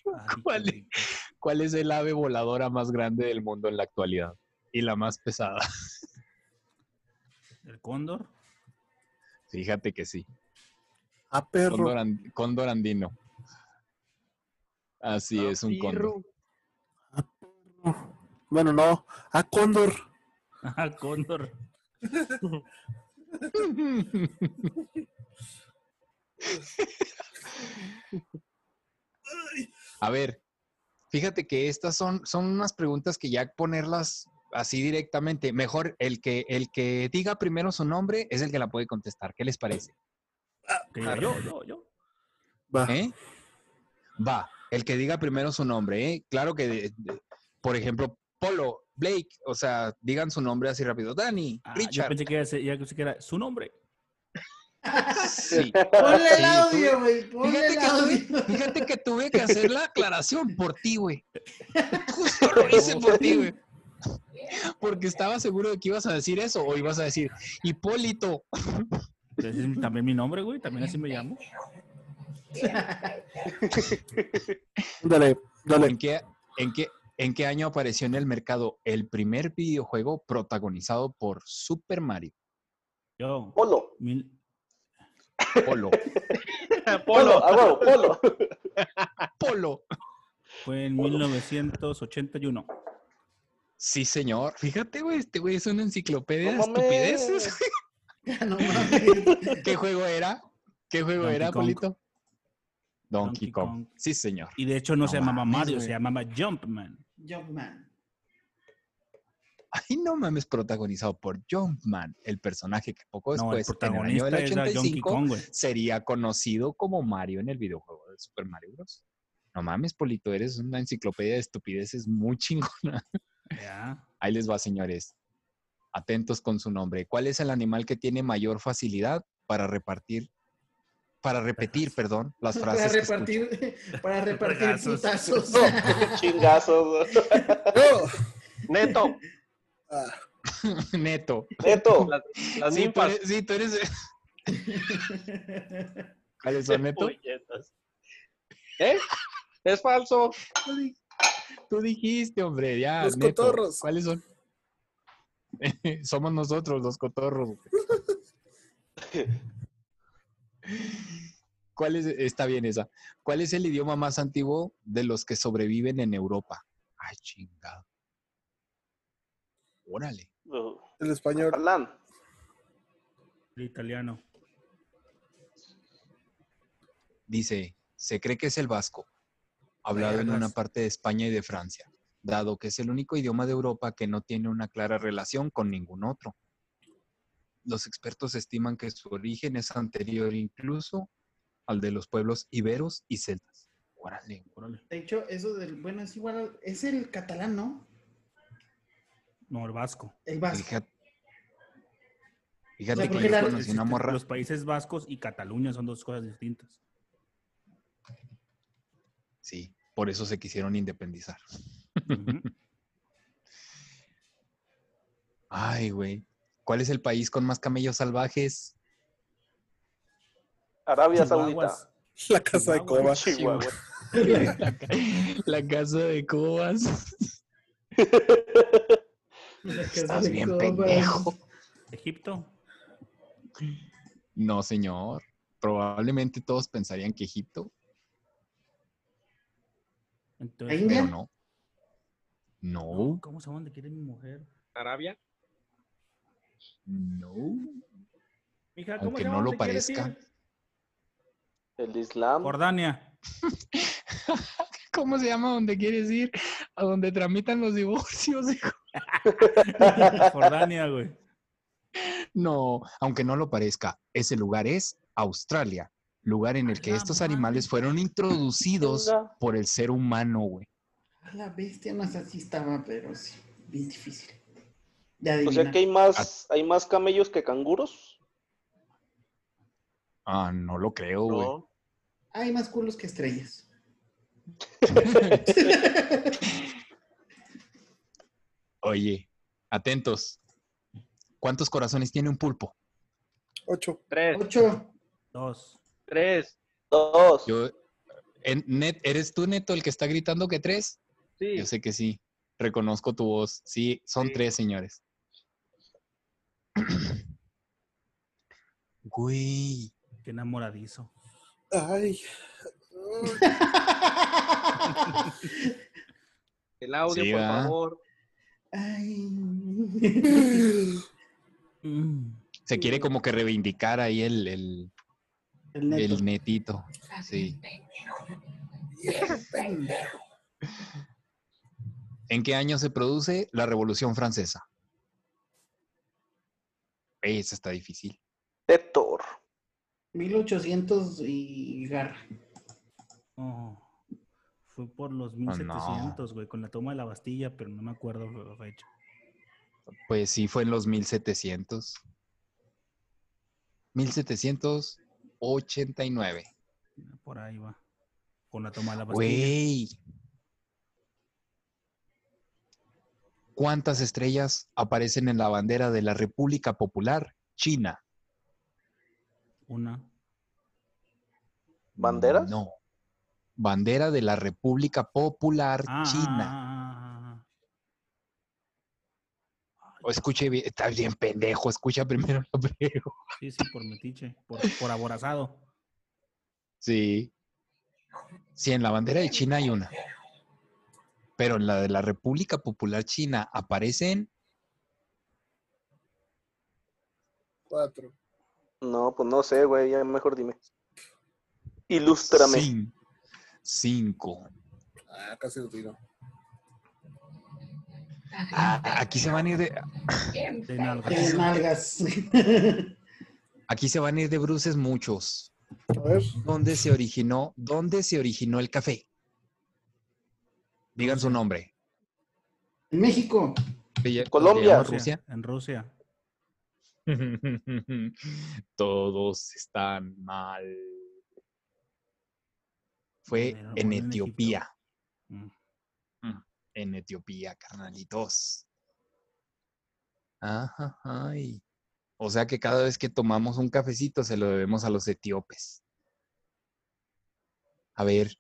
Ay,
¿Cuál
qué rico.
¿cuál es el ave voladora más grande del mundo en la actualidad? Y la más pesada.
¿El cóndor?
Fíjate que sí.
a perro.
Cóndor, an- cóndor andino. Así
Ah,
es un cóndor.
Bueno, no, a cóndor.
Ah, cóndor.
A ver, fíjate que estas son, son unas preguntas que ya ponerlas así directamente. Mejor el que, el que diga primero su nombre es el que la puede contestar. ¿Qué les parece?
Que diga, yo, yo, yo. Ah.
Va.
¿Eh? Va, el que diga primero su nombre, ¿eh? Claro que, de- de- por ejemplo, Polo, Blake, o sea, digan su nombre así rápido. Dani,
Ah, yo
Richard.
pensé que, era ese- ya pensé que era su nombre.
Sí.
Ponle
Sí,
el audio, güey. Ponle
Fíjate
el
que,
audio.
tuve, fíjate que tuve que hacer la aclaración por ti, güey. Justo lo hice por ti, güey. Porque estaba seguro de que ibas a decir eso o ibas a decir, Hipólito.
Ese es también mi nombre, güey. También así me llamo.
Dale, dale.
¿En qué, en, qué, ¿En qué año apareció en el mercado el primer videojuego protagonizado por Super Mario?
Yo.
Polo,
Mil...
Polo.
polo, a huevo, polo.
Polo.
Fue en 1981.
Sí, señor. Fíjate, güey, este güey es una enciclopedia
No
de estupideces.
mames.
No mames.
¿Qué juego era? ¿Qué juego
Donkey
era,
Kong.
Polito? Donkey,
Donkey
Kong.
Kong.
Sí, señor.
Y de hecho no,
No
se llamaba
mames,
Mario,
güey.
se llamaba Jumpman.
Jumpman.
Ay, no mames, protagonizado por Jumpman, el personaje que poco
No, el
después, Pues, en el año
protagonista
del
era Donkey
85,
Kong, güey.
sería conocido como Mario en el videojuego de Super Mario Bros. No mames, Polito, eres una enciclopedia de estupideces muy chingona.
Ya.
Ahí les va, señores. Atentos con su nombre. ¿Cuál es el animal que tiene mayor facilidad para repartir, para repetir, perdón, las
Para
frases? que escucha?
repartir, para repartir
Regazos.
putazos.
Chingazos.
No.
Neto,
Ah,
Neto.
Neto,
las
Sí, tú
ninfas.
eres- sí, tú eres. ¿Cuáles son, Neto?
Puñetas. ¿Eh? Es falso.
Tú di- Tú dijiste, hombre, ya.
Los
neto,
cotorros.
¿Cuáles son? Somos nosotros los cotorros. güey. ¿Cuál es? Está bien esa. ¿Cuál es el idioma más antiguo de los que sobreviven en Europa? Ay, chingado. Órale.
uh,
el español.
Catalán.
El italiano.
Dice, se cree que es el vasco, hablado en una
Vergas.
parte de España y de Francia, dado que es el único idioma de Europa que no tiene una clara relación con ningún otro. Los expertos estiman que su origen es anterior incluso al de los pueblos iberos y celtas. Órale, órale.
De hecho, eso del, bueno, es igual, al- es el catalán, ¿no?
No, el vasco.
El vasco.
Fíjate,
O
fíjate
sea,
que
porque
yo
la-
conocí una morra.
Los países vascos y Cataluña son dos cosas distintas.
Sí, por eso se quisieron independizar.
Ujú.
Ay, güey. ¿Cuál es el país con más camellos salvajes?
Arabia Saudita.
Chihuahuas.
La casa de Coba.
Chihuahua.
La, ca- la casa de Cobas. Estás bien pendejo.
Egipto.
No, señor. Probablemente todos pensarían que Egipto,
Entonces,
Ahí ¿Ya?
pero no. No,
¿Cómo se llama donde quiere mi mujer?
Arabia.
no.
Mija, ¿cómo
Aunque
se llama
no lo
donde quieres
parezca.
ir?
El Islam.
Jordania.
¿Cómo se llama donde quieres ir? A donde tramitan los divorcios, hijo.
Jordania, güey.
No, aunque no lo parezca, ese lugar es Australia, lugar en el que
la
estos
madre.
animales fueron introducidos
Venga.
por el ser humano, güey.
A La bestia no así estaba, pero sí, bien difícil. Ya
O sea que hay más, hay más camellos que canguros.
Ah, no lo creo, güey.
No.
Hay más culos que estrellas.
Oye, atentos. ¿Cuántos corazones tiene un pulpo?
Ocho.
Tres,
Ocho.
Dos.
tres.
Dos.
Yo, en- Net, ¿eres tú, Neto, el que está gritando que tres?
Sí.
Yo sé que sí. Reconozco tu voz. Sí, son
Sí.
tres, señores. Güey.
Qué enamoradizo.
Ay.
El audio,
Sí,
por
¿verdad?
favor.
Ay.
Se quiere como que reivindicar ahí el, el,
El neto.
el netito. Sí. ¿En qué año se produce la Revolución Francesa? Ey, Esa está difícil.
Héctor.
1800 y garra.
Oh, fue por
Ah,
los 1700, güey, con la toma de la Bastilla, pero no me acuerdo la fecha.
Pues sí, fue en los 1700. 1789.
Por ahí va. Con la toma de la Bastilla.
Güey. ¿Cuántas estrellas aparecen en la bandera de la República Popular China?
Una.
¿Banderas?
No. Bandera de la República Popular
Ah,
China.
ah, ah, ah,
O escuche bien, está bien pendejo, escucha primero la prego.
ah. Sí, sí, por metiche. Por, por aborazado.
Sí. Sí, en la bandera de China hay una. Pero en la de la República Popular China aparecen
Cuatro.
No, pues no sé, güey. Ya mejor dime. Ilústrame.
cin- cinco.
Ah, casi lo tiro.
Ah, aquí se van a ir de,
De nalgas.
De nalgas.
aquí se van a ir de bruces muchos.
A ver.
¿Dónde se originó? ¿Dónde se originó el café? Digan su nombre.
En México.
Ella-
Colombia.
¿se llama
En Rusia.
Rusia. Todos están mal. Fue
Bueno,
en
bueno, en
Etiopía.
Mm.
Mm, En Etiopía, carnalitos. Ajá, ay. O sea que cada vez que tomamos un cafecito se lo debemos a los etíopes. A ver,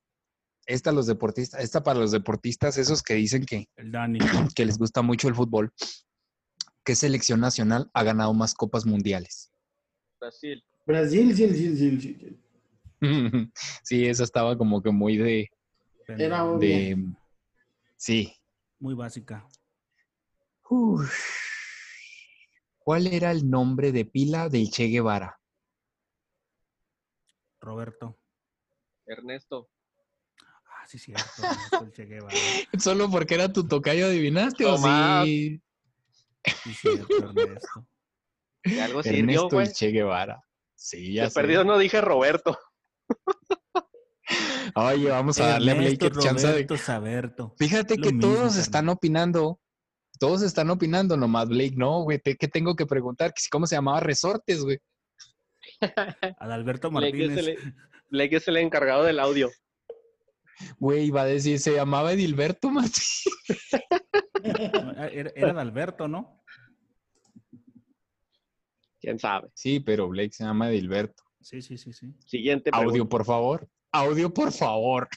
esta los deportistas, esta para los deportistas, esos que dicen que,
El Dani.
que les gusta mucho el fútbol. ¿Qué selección nacional ha ganado más copas mundiales?
Brasil.
Brasil, sí, sí, sí, sí, sí.
sí, esa estaba como que muy de,
Era
Pendejo.
Muy
de sí,
Muy básica.
Uf. ¿Cuál era el nombre de pila del Che Guevara?
Roberto.
Ernesto.
Ah, sí, cierto. Ernesto El Che Guevara.
Solo porque era tu tocayo, adivinaste
o Tomás.
sí.
Sí, cierto, Ernesto.
De algo sirvió,
Ernesto
güey.
el Che Guevara. Sí,
De
ya sé.
perdido no dije Roberto.
Oye, vamos a darle a Blake
Ernesto,
chance de.
Roberto, Saberto.
Fíjate
Lo
que
mismo,
todos
carnal.
están opinando. Todos están opinando, nomás Blake, no, güey. te- ¿Qué tengo que preguntar? Que si ¿Cómo se llamaba Resortes, güey?
Adalberto
Blake es,
Martínez.
el, Blake es el encargado del audio.
Güey, iba a decir, se llamaba Edilberto Martínez.
Era, era Adalberto, ¿no?
¿Quién sabe?
Sí, pero Blake se llama Edilberto.
Sí, sí, sí, sí.
Siguiente
Audio,
pregunta.
por favor. Audio, por favor.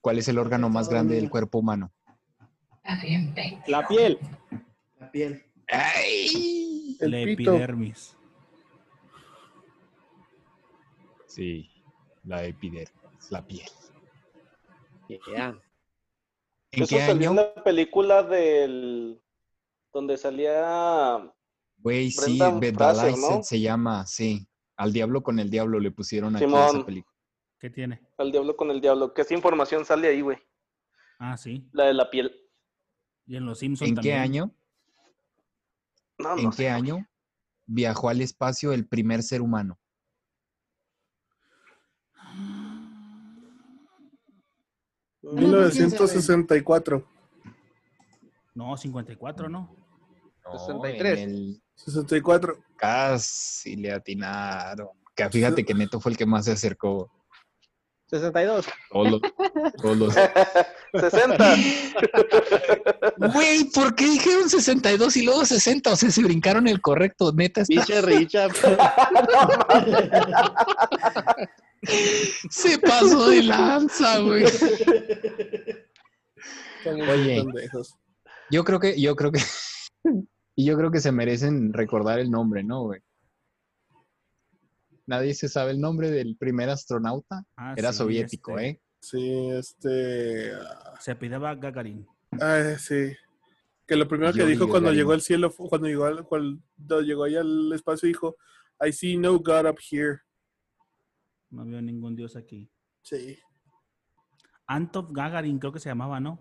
¿Cuál es el órgano más grande del cuerpo humano?
Está bien, pendejo.
La piel.
La piel.
¡Ay!
El
La
pito.
epidermis.
Sí, la epidermis, la piel.
Yeah.
¿En
Eso
qué
salió
año?
en la película del. donde salía.
Güey, sí,
Brendan Fraser,
Bedalized
¿no?
se llama, sí. Al diablo con el diablo le pusieron aquí a esa
Simón.
película.
¿Qué tiene?
Al diablo con el diablo. Que esa información sale ahí, güey.
Ah, sí.
La de la piel.
Y en los Simpsons
¿En qué
también.
año?
Ah, No,
¿En
no
qué
sé.
año viajó al espacio el primer ser humano?
quién sabe.
1964.
No, 54, ¿no?
No,
63.
en el-
64.
Casi le atinaron. Que fíjate que Neto fue el que más se acercó.
62.
Todos los- todos los-
60.
Güey, ¿por qué dijeron 62 y luego 60? O sea, se brincaron el correcto. Neta, está-
Pinche Richard.
se pasó de lanza, güey.
Estamos
Oye.
bien pendejos.
Yo creo que, yo creo que, y yo creo que se merecen recordar el nombre, ¿no, güey? Nadie se sabe el nombre del primer astronauta.
Ah,
Era
sí,
soviético,
este,
¿eh?
Sí, este. ah,
Se apellidaba Gagarin.
Ay, sí. Que lo primero que
Yuri
dijo cuando
Gagarin.
llegó al cielo, fu- cuando llegó al, cuando llegó ahí al espacio, dijo: I see no God up here.
No veo ningún dios aquí.
Sí.
Antov Gagarin, creo que se llamaba, ¿no?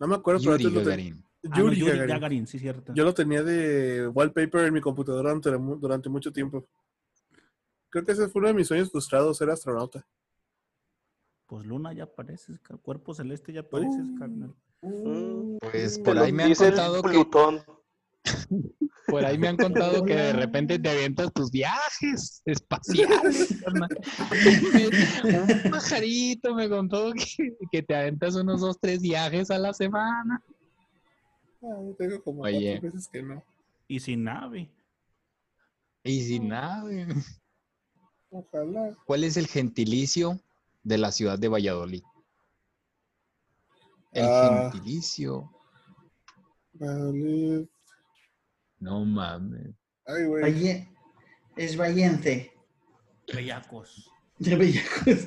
No me acuerdo, pero
Yuri
antes lo te-
Gagarin.
Ah, no,
Yuri Gagarin.
Gagarin, sí, cierto.
Yo lo tenía de wallpaper en mi computadora durante, durante mucho tiempo. Creo que ese fue uno de mis sueños frustrados, ser astronauta.
Pues Luna ya apareces, ca- cuerpo celeste ya apareces,
Uh.
carnal.
Pues
Mm. Te
por
lo
ahí me han
dice el
contado que
Plutón.
Por ahí me han contado que de repente te avientas tus viajes espaciales. carnal. Un pajarito me contó que, que te aventas unos dos, tres viajes a la semana.
Ah, yo tengo como
Oye.
cuatro veces que no.
Y sin nave.
Y sin nada. güey.
Ojalá.
¿Cuál es el gentilicio de la ciudad de Valladolid? El
Ah.
gentilicio.
Vale.
No mames.
Ay, güey.
Valle- Es valiente.
Bellacos.
De Bellacos.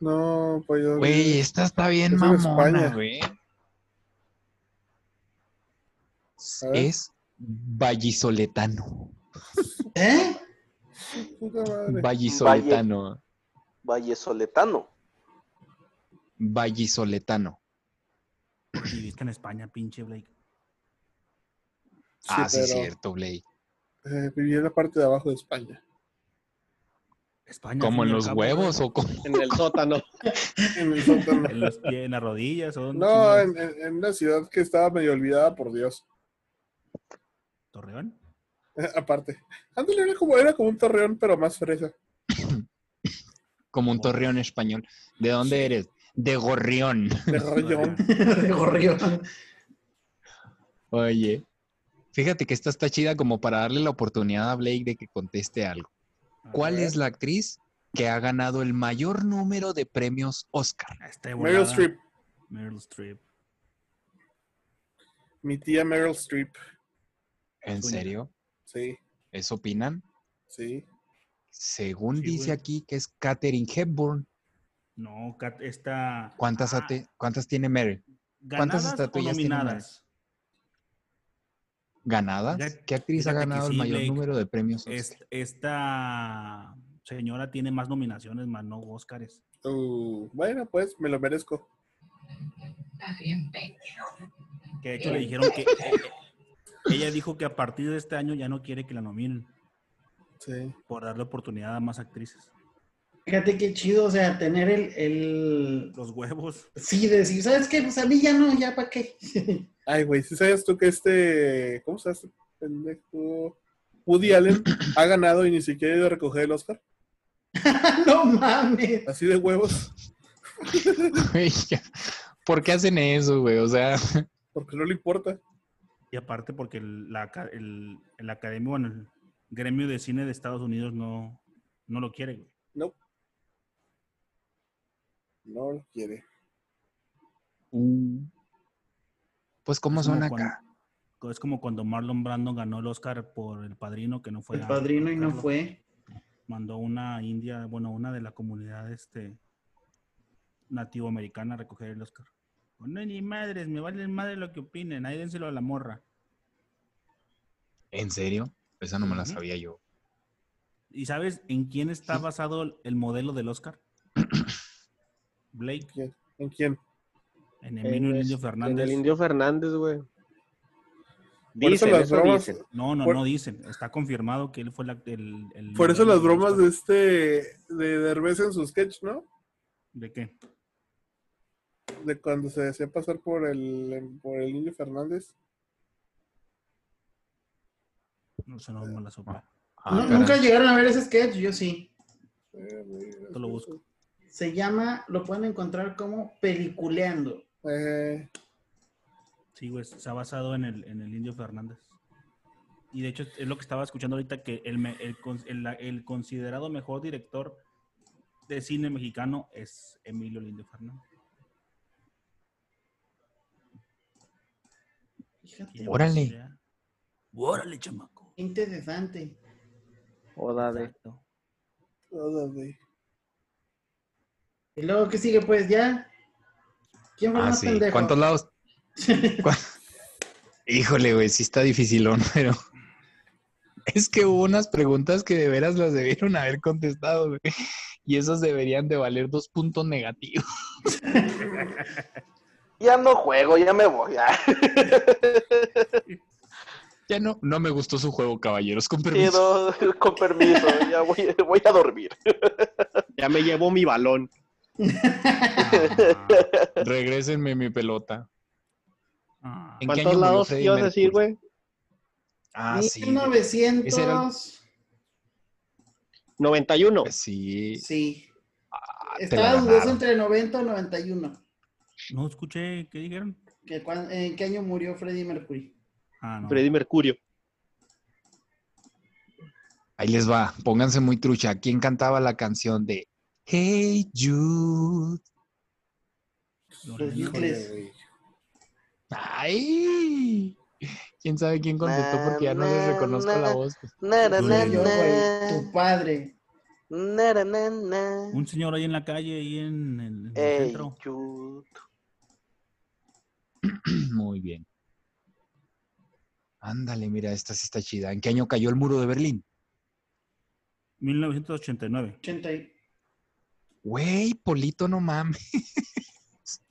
No, pues
Güey, esta está bien
Es en
mamona,
España.
güey.
A ver.
Es vallisoletano.
¿Eh?
Puta madre.
Vallisoletano.
Vallesoletano.
Vallisoletano.
Viviste en España, pinche Blake.
Sí,
Ah, sí, es
pero,
cierto, Blake.
eh, viví en la parte de abajo de España.
España. al fin
¿Como
y
en
al
los
cabo,
huevos o como
En el sótano.
En el sótano.
En los pies, en las rodillas. ¿o dónde
No,
chingados?
en, en- en una ciudad que estaba medio olvidada, por Dios.
Torreón.
Aparte. Ándale, era como, era como un torreón, pero más fresa.
como un torreón español? ¿De dónde eres? De Gorrión.
De rayón.
De gorrión.
Oye. Fíjate que esta está chida como para darle la oportunidad a Blake de que conteste algo.
A
¿Cuál
ver.
es la actriz que ha ganado el mayor número de premios Oscar?
Este
Meryl
volada.
Streep.
Meryl Streep.
Mi tía Meryl Streep.
¿En
Suya.
serio?
Sí,
¿Eso opinan?
sí.
Según
Sí,
dice
güey.
aquí que es Katherine Hepburn.
No, Kat- esta.
¿Cuántas,
Ah,
ate- ¿cuántas tiene Mary? ¿cuántas
¿ganadas o
estatuillas tiene Meryl?
nominadas?
¿Ganadas?
Fíjate-
¿Qué actriz ha
fíjate que
ganado el
sí,
mayor
Blake.
número de premios? Oscar?
Es- esta señora tiene más nominaciones, más no Óscares.
Uh, bueno, pues me lo merezco.
Está bien, pendejo.
Que de hecho le dijeron que. Ella dijo que a partir de este año ya no quiere que la nominen
Sí.
por darle oportunidad a más actrices.
Fíjate qué chido, o sea, tener el, el...
Los huevos.
Sí, decir, ¿sabes qué? Pues a mí ya no, ya para qué.
Ay, güey, si sabes tú que este. ¿Cómo se hace? Pendejo. Woody Allen ha ganado y ni siquiera ha ido a recoger el Oscar.
Ah, no mames.
Así de huevos.
Güey, ya. ¿Por qué hacen eso, güey? O sea,
Porque no le importa.
Y aparte porque el- la, aca- el, el academia, bueno, el gremio de cine de Estados Unidos no, no lo quiere, güey.
No. No lo quiere.
pues cómo
Es
son
como
acá.
cuando- es como cuando Marlon Brando ganó el Oscar por El Padrino, que no fue.
El
a-
padrino y no
Carlos.
fue.
Mandó una india, bueno, una de la comunidad este nativoamericana a recoger el Oscar. Pues no, ni madres, me vale madre lo que opinen, ahí dénselo a la morra.
¿En serio? Esa no me la sabía yo.
¿Y sabes en quién está basado el- el modelo del Oscar? Blake,
¿En quién?
en Emilio
En
Emilio
es- En
Fernández.
el Indio Fernández, güey.
Por eso
Dicen,
las
eso
bromas-
dicen.
No, no,
por-
no dicen. Está confirmado que él fue la- el, el-
Por eso las bromas de este. de Derbez en su sketch, ¿no?
¿De qué?
De cuando se hacía pasar por el. por el niño Fernández.
No sé, no me la supe.
Ah,
No,
caray.
nunca llegaron a ver ese sketch, yo sí.
Eh, güey,
Te lo busco.
Se llama, lo pueden encontrar como Peliculeando.
eh,
Sí, güey, se ha basado en el, en el Indio Fernández. Y de hecho es lo que estaba escuchando ahorita, que el, me- el, con- el- la- el considerado mejor director de cine mexicano es Emilio Indio Fernández.
Fíjate,
Tiene
Órale.
idea. Órale, chamaco.
interesante.
Oda de-
Exacto.
todo, güey.
Y luego, ¿qué sigue? Pues ya. ¿Quién fue el
Ah,
más
sí.
pendejo?
¿Cuántos lados? ¿Cuá- Híjole, güey, sí está dificilón, pero es que hubo unas preguntas que de veras las debieron haber contestado, güey. Y esas deberían de valer dos puntos negativos.
Ya no juego, ya me voy. ya.
Ya no, no me gustó su juego, caballeros, con
Sí,
permiso.
no, con permiso, ya voy, voy a dormir.
Ya me llevo mi balón.
Ah,
Regrésenme mi pelota.
ah.
¿En qué
¿Cuántos
año murió
lados
Freddie
ibas a
Mercury?
decir, güey?
Ah, sí. güey.
1900.
Ese era
91.
Sí.
Sí.
Ah, te la
Estaba dudoso
ganaron.
entre 90 y 91.
No escuché, ¿qué dijeron?
Que cuan- ¿En qué año murió Freddie Mercury?
Ah, no.
Freddy Mercurio.
Ahí les va, pónganse muy trucha. ¿Quién cantaba la canción de Hey Jude?
Los
Los
Lennon.
Beatles.
¡Ay! ¿Quién sabe quién contestó? Porque ya no les reconozco la voz.
Na, na, na,
Yo, güey,
na.
tu padre.
Na, na, na, na.
Un señor ahí en la calle, ahí en el, en el
Ey,
centro.
Jude.
Muy bien. Ándale, mira, esta sí está chida. ¿En qué año cayó el muro de Berlín?
1989.
80 y-
Güey, Polito, no mames.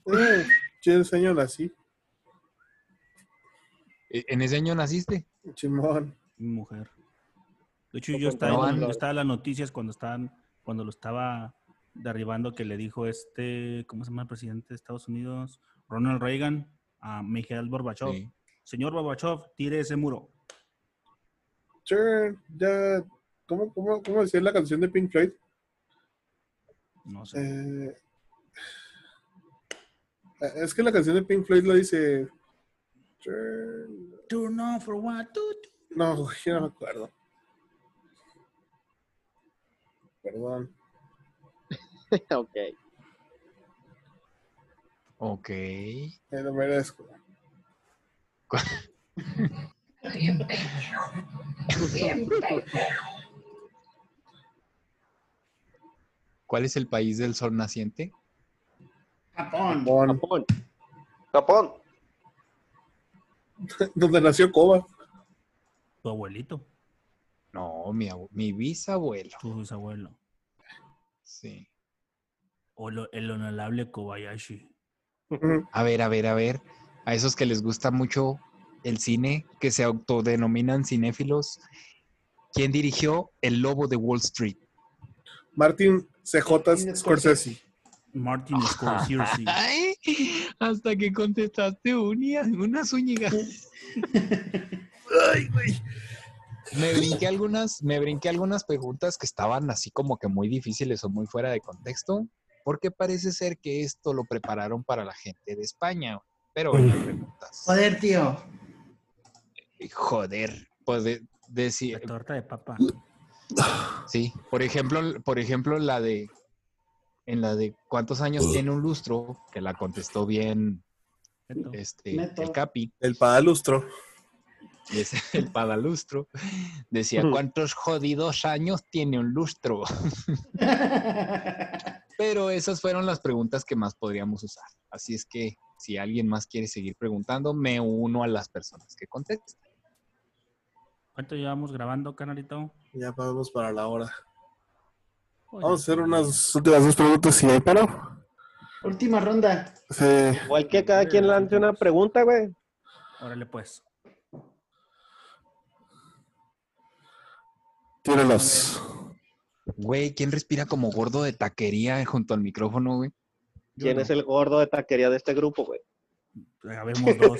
Eh, ¿Quién señor así?
¿E- ¿En ese año naciste?
Chimón.
Mi mujer. De hecho,
No
yo estaba,
contaban
en, yo
los-
estaba en las noticias cuando estaban, cuando lo estaba derribando que le dijo este, ¿cómo se llama el presidente de Estados Unidos? Ronald Reagan a Mikhail Gorbachev.
Sí.
Señor Gorbachev, tire ese muro.
Sure, ya. ¿Cómo, cómo, ¿Cómo decía la canción de Pink Floyd?
No sé.
Eh, es que la canción de Pink Floyd la dice. Turn-
Do not for what to do.
No, güey, yo no me acuerdo. Perdón.
ok.
Ok.
eh, lo merezco.
Bien pendejo. Bien pendejo.
¿Cuál es el país del sol naciente?
Japón.
Bon,
Japón.
Japón.
donde nació Coba.
Tu abuelito,
No, mi, abue- mi bisabuelo.
tu bisabuelo.
Sí.
O lo- el honorable Kobayashi.
A ver, a ver, a ver. A esos que les gusta mucho el cine, que se autodenominan cinéfilos. ¿Quién dirigió El Lobo de Wall Street?
Martin CJ Scorsese.
Martin Scorsese.
Ay, hasta que contestaste una, una Zúñiga.
Ay, güey.
Me brinqué algunas, me brinqué algunas preguntas que estaban así como que muy difíciles o muy fuera de contexto, porque parece ser que esto lo prepararon para la gente de España. Pero buenas preguntas.
Joder, tío.
Joder, pues de- decir,
La torta de papa.
Sí, por ejemplo, por ejemplo, la de en la de cuántos años tiene un lustro, que la contestó bien
Neto.
este
Neto.
el Capi,
El padalustro.
y es el padalustro, decía cuántos jodidos años tiene un lustro. Pero esas fueron las preguntas que más podríamos usar. Así es que si alguien más quiere seguir preguntando, me uno a las personas que contesten.
¿Cuánto llevamos grabando, canalito?
Ya vamos para la hora.
Joder,
Vamos a hacer unas últimas dos preguntas y ahí paro.
Última ronda.
Sí.
Igual que cada quien lance una pregunta, güey.
Órale, pues.
Tíralos.
Güey, ¿quién respira como gordo de taquería junto al micrófono, güey?
Yo
¿Quién
no.
es el gordo de taquería de este grupo, güey?
Grabemos dos.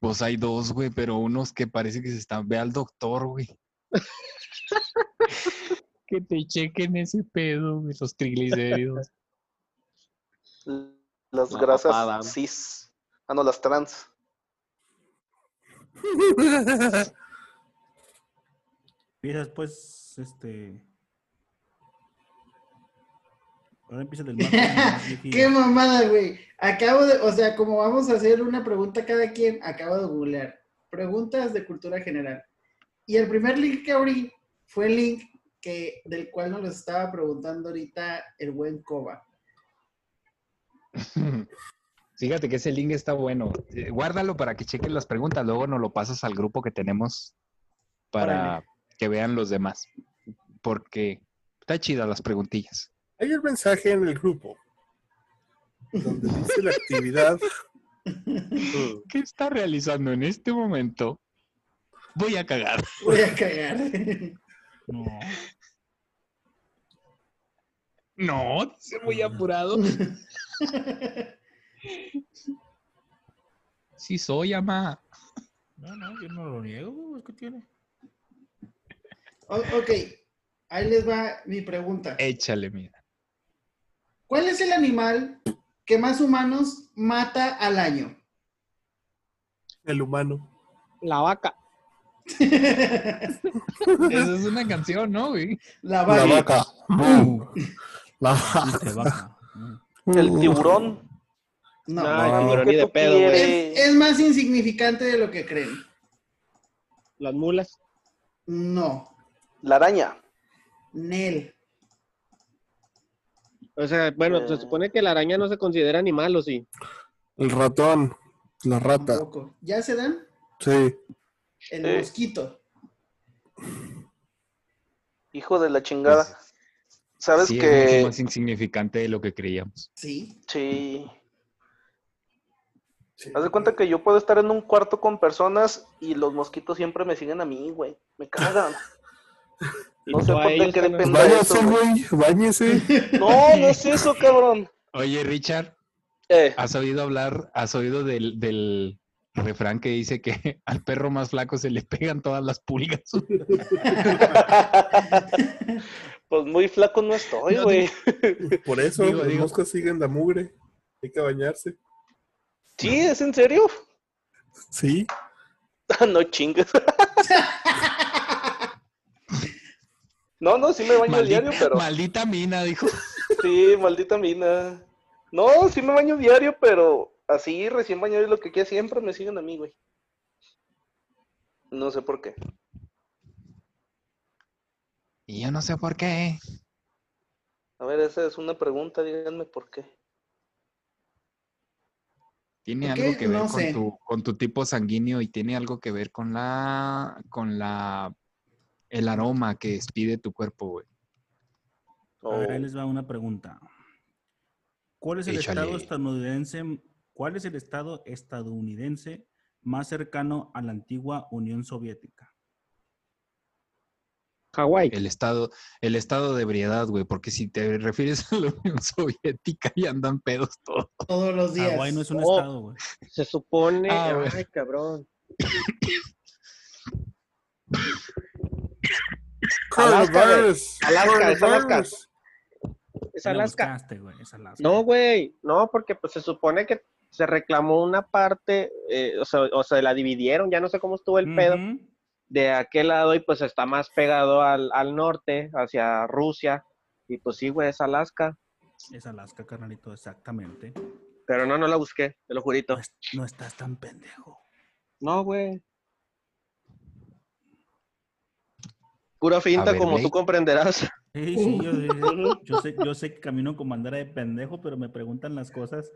Pues hay dos, güey, pero unos que parece que se están. Ve al doctor, güey. que te chequen ese pedo, güey, los triglicéridos.
Las
La
grasas
papada.
cis. Ah, no, las trans.
Empiezas, pues, este. Ahora empieza del más joven al más viejillo.
Qué mamada, güey. Acabo de, o sea, como vamos a hacer una pregunta cada quien, acabo de googlear. Preguntas de cultura general. Y el primer link que abrí fue el link que, del cual nos lo estaba preguntando ahorita el buen Coba.
Fíjate que ese link está bueno. Eh, Guárdalo para que chequen las preguntas. Luego nos lo pasas al grupo que tenemos para
Órale.
que vean los demás. Porque está chida las preguntillas.
Hay un mensaje en el grupo donde dice la actividad.
¿Qué está realizando en este momento? Voy a cagar.
Voy a cagar.
No.
No, dice muy apurado. Sí, soy, ama.
No, no, yo no lo niego, güey, ¿qué tiene?
O- ok, ahí les va mi pregunta.
Eh.
Échale, mira.
¿Cuál es el animal que más humanos mata al año?
El humano.
La vaca. Esa es una canción, ¿no, güey?
La
La
vaca.
vaca. La vaca.
Dice vaca. Mm.
El tiburón.
No.
Ay,
No.
tiburón
¿Qué
ni de
tú
pedo, güey.
quieres?
Es, es más insignificante de lo que creen.
Las mulas.
No.
La araña.
Nel.
O sea, bueno, se
Eh.
supone que la araña no se considera animal, ¿o sí?
El ratón. La rata.
Tampoco. ¿Ya se dan?
Sí.
El
Sí.
mosquito.
Hijo de la chingada. ¿Sabes
Sí, es
que
mucho más insignificante de lo que creíamos.
Sí.
Sí. Haz de cuenta que yo puedo estar en un cuarto con personas y los mosquitos siempre me siguen a mí, güey. Me cagan.
Y
No
tú
sé
a
por qué
ellos,
creen
carnal.
pendejo.
Váyase,
eso,
güey. Báñese.
No, no es eso, cabrón.
Oye, Richard,
Eh,
¿has oído hablar, has oído del, del refrán que dice que al perro más flaco se le pegan todas las pulgas?
pues muy flaco no estoy,
No,
güey.
Por eso
Digo,
las
digo.
moscas siguen la mugre. Hay que bañarse.
Sí, ¿es en serio?
Sí.
Ah, no chingues. No, no, sí me baño
Maldi-
diario, pero...
Maldita mina, dijo.
Sí, maldita mina. No, sí me baño diario, pero así recién bañado es lo que queda siempre, me siguen a mí, güey. No sé por qué.
Y yo no sé por qué.
A ver, esa es una pregunta, díganme por qué.
Tiene
¿Por qué?
algo que ver
No
con,
sé.
tu, con tu tipo sanguíneo y tiene algo que ver con la con la el aroma que expide tu cuerpo, güey.
A ver, ahí
Oh,
les va una pregunta. ¿Cuál es el
Échale.
estado estadounidense? ¿Cuál es el estado estadounidense más cercano a la antigua Unión Soviética?
Hawái.
El estado, el estado de ebriedad, güey, porque si te refieres a la Unión Soviética y andan pedos todos.
Todos los días.
Hawái no es un
Oh.
estado, güey.
Se supone.
Ah, güey.
ay, cabrón. Alaska, güey.
Coronavirus.
Alaska, es Alaska.
Coronavirus.
Es
Te la
Alaska.
buscaste, güey, es Alaska.
No, güey, no, porque pues, se supone que se reclamó una parte, eh, o, sea, o sea, la dividieron, ya no sé cómo estuvo el
Ujú.
pedo, de aquel lado y pues está más pegado al, al norte, hacia Rusia, y pues sí, güey, es Alaska,
Es Alaska, carnalito, exactamente.
pero no, no la busqué, te lo
No,
jurito.
es- no estás tan pendejo.
No, güey. Pura
A
finta,
ver,
como
güey.
tú comprenderás.
Sí, sí, yo, yo- yo sé, yo sé que camino con bandera de pendejo, pero me preguntan las cosas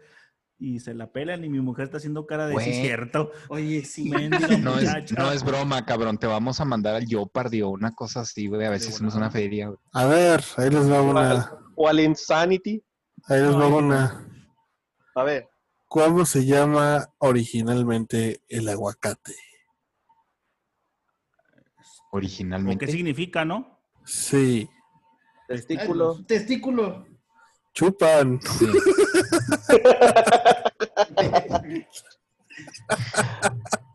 y se la pelan y mi mujer está haciendo cara de sí,
Güey.
cierto.
Oye, sí.
Mendiga
No es,
muchacha.
no es broma, cabrón. Te vamos a mandar al Yopardio, una cosa así, güey. A ver
De
si hacemos una
volada.
feria, güey.
A ver, ahí les va una.
Al- O al Insanity.
Ahí les va
Ay,
una.
A ver,
¿Cómo se llama originalmente el aguacate?
¿O qué
Originalmente.
significa, no?
Sí.
testículo.
Testículo.
Chupan.
Sí.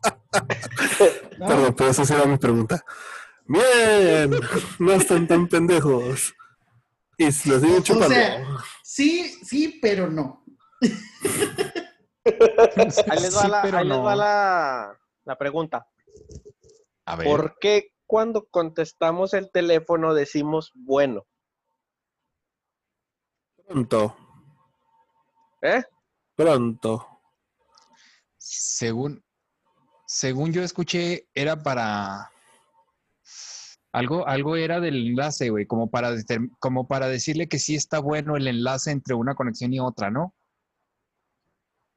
No,
Perdón, pero esa sí era mi pregunta. Bien, no están tan pendejos. Y si lo siguen chupando.
sea- sí, sí, pero no.
Ahí les va,
Sí,
la,
pero
ahí les
no.
va la- la pregunta.
A ver.
¿Por qué cuando contestamos el teléfono decimos bueno?
Pronto,
¿Eh?
pronto.
Según, según yo escuché, era para algo, algo era del enlace, güey, como para, determ- como para decirle que sí está bueno el enlace entre una conexión y otra, ¿no?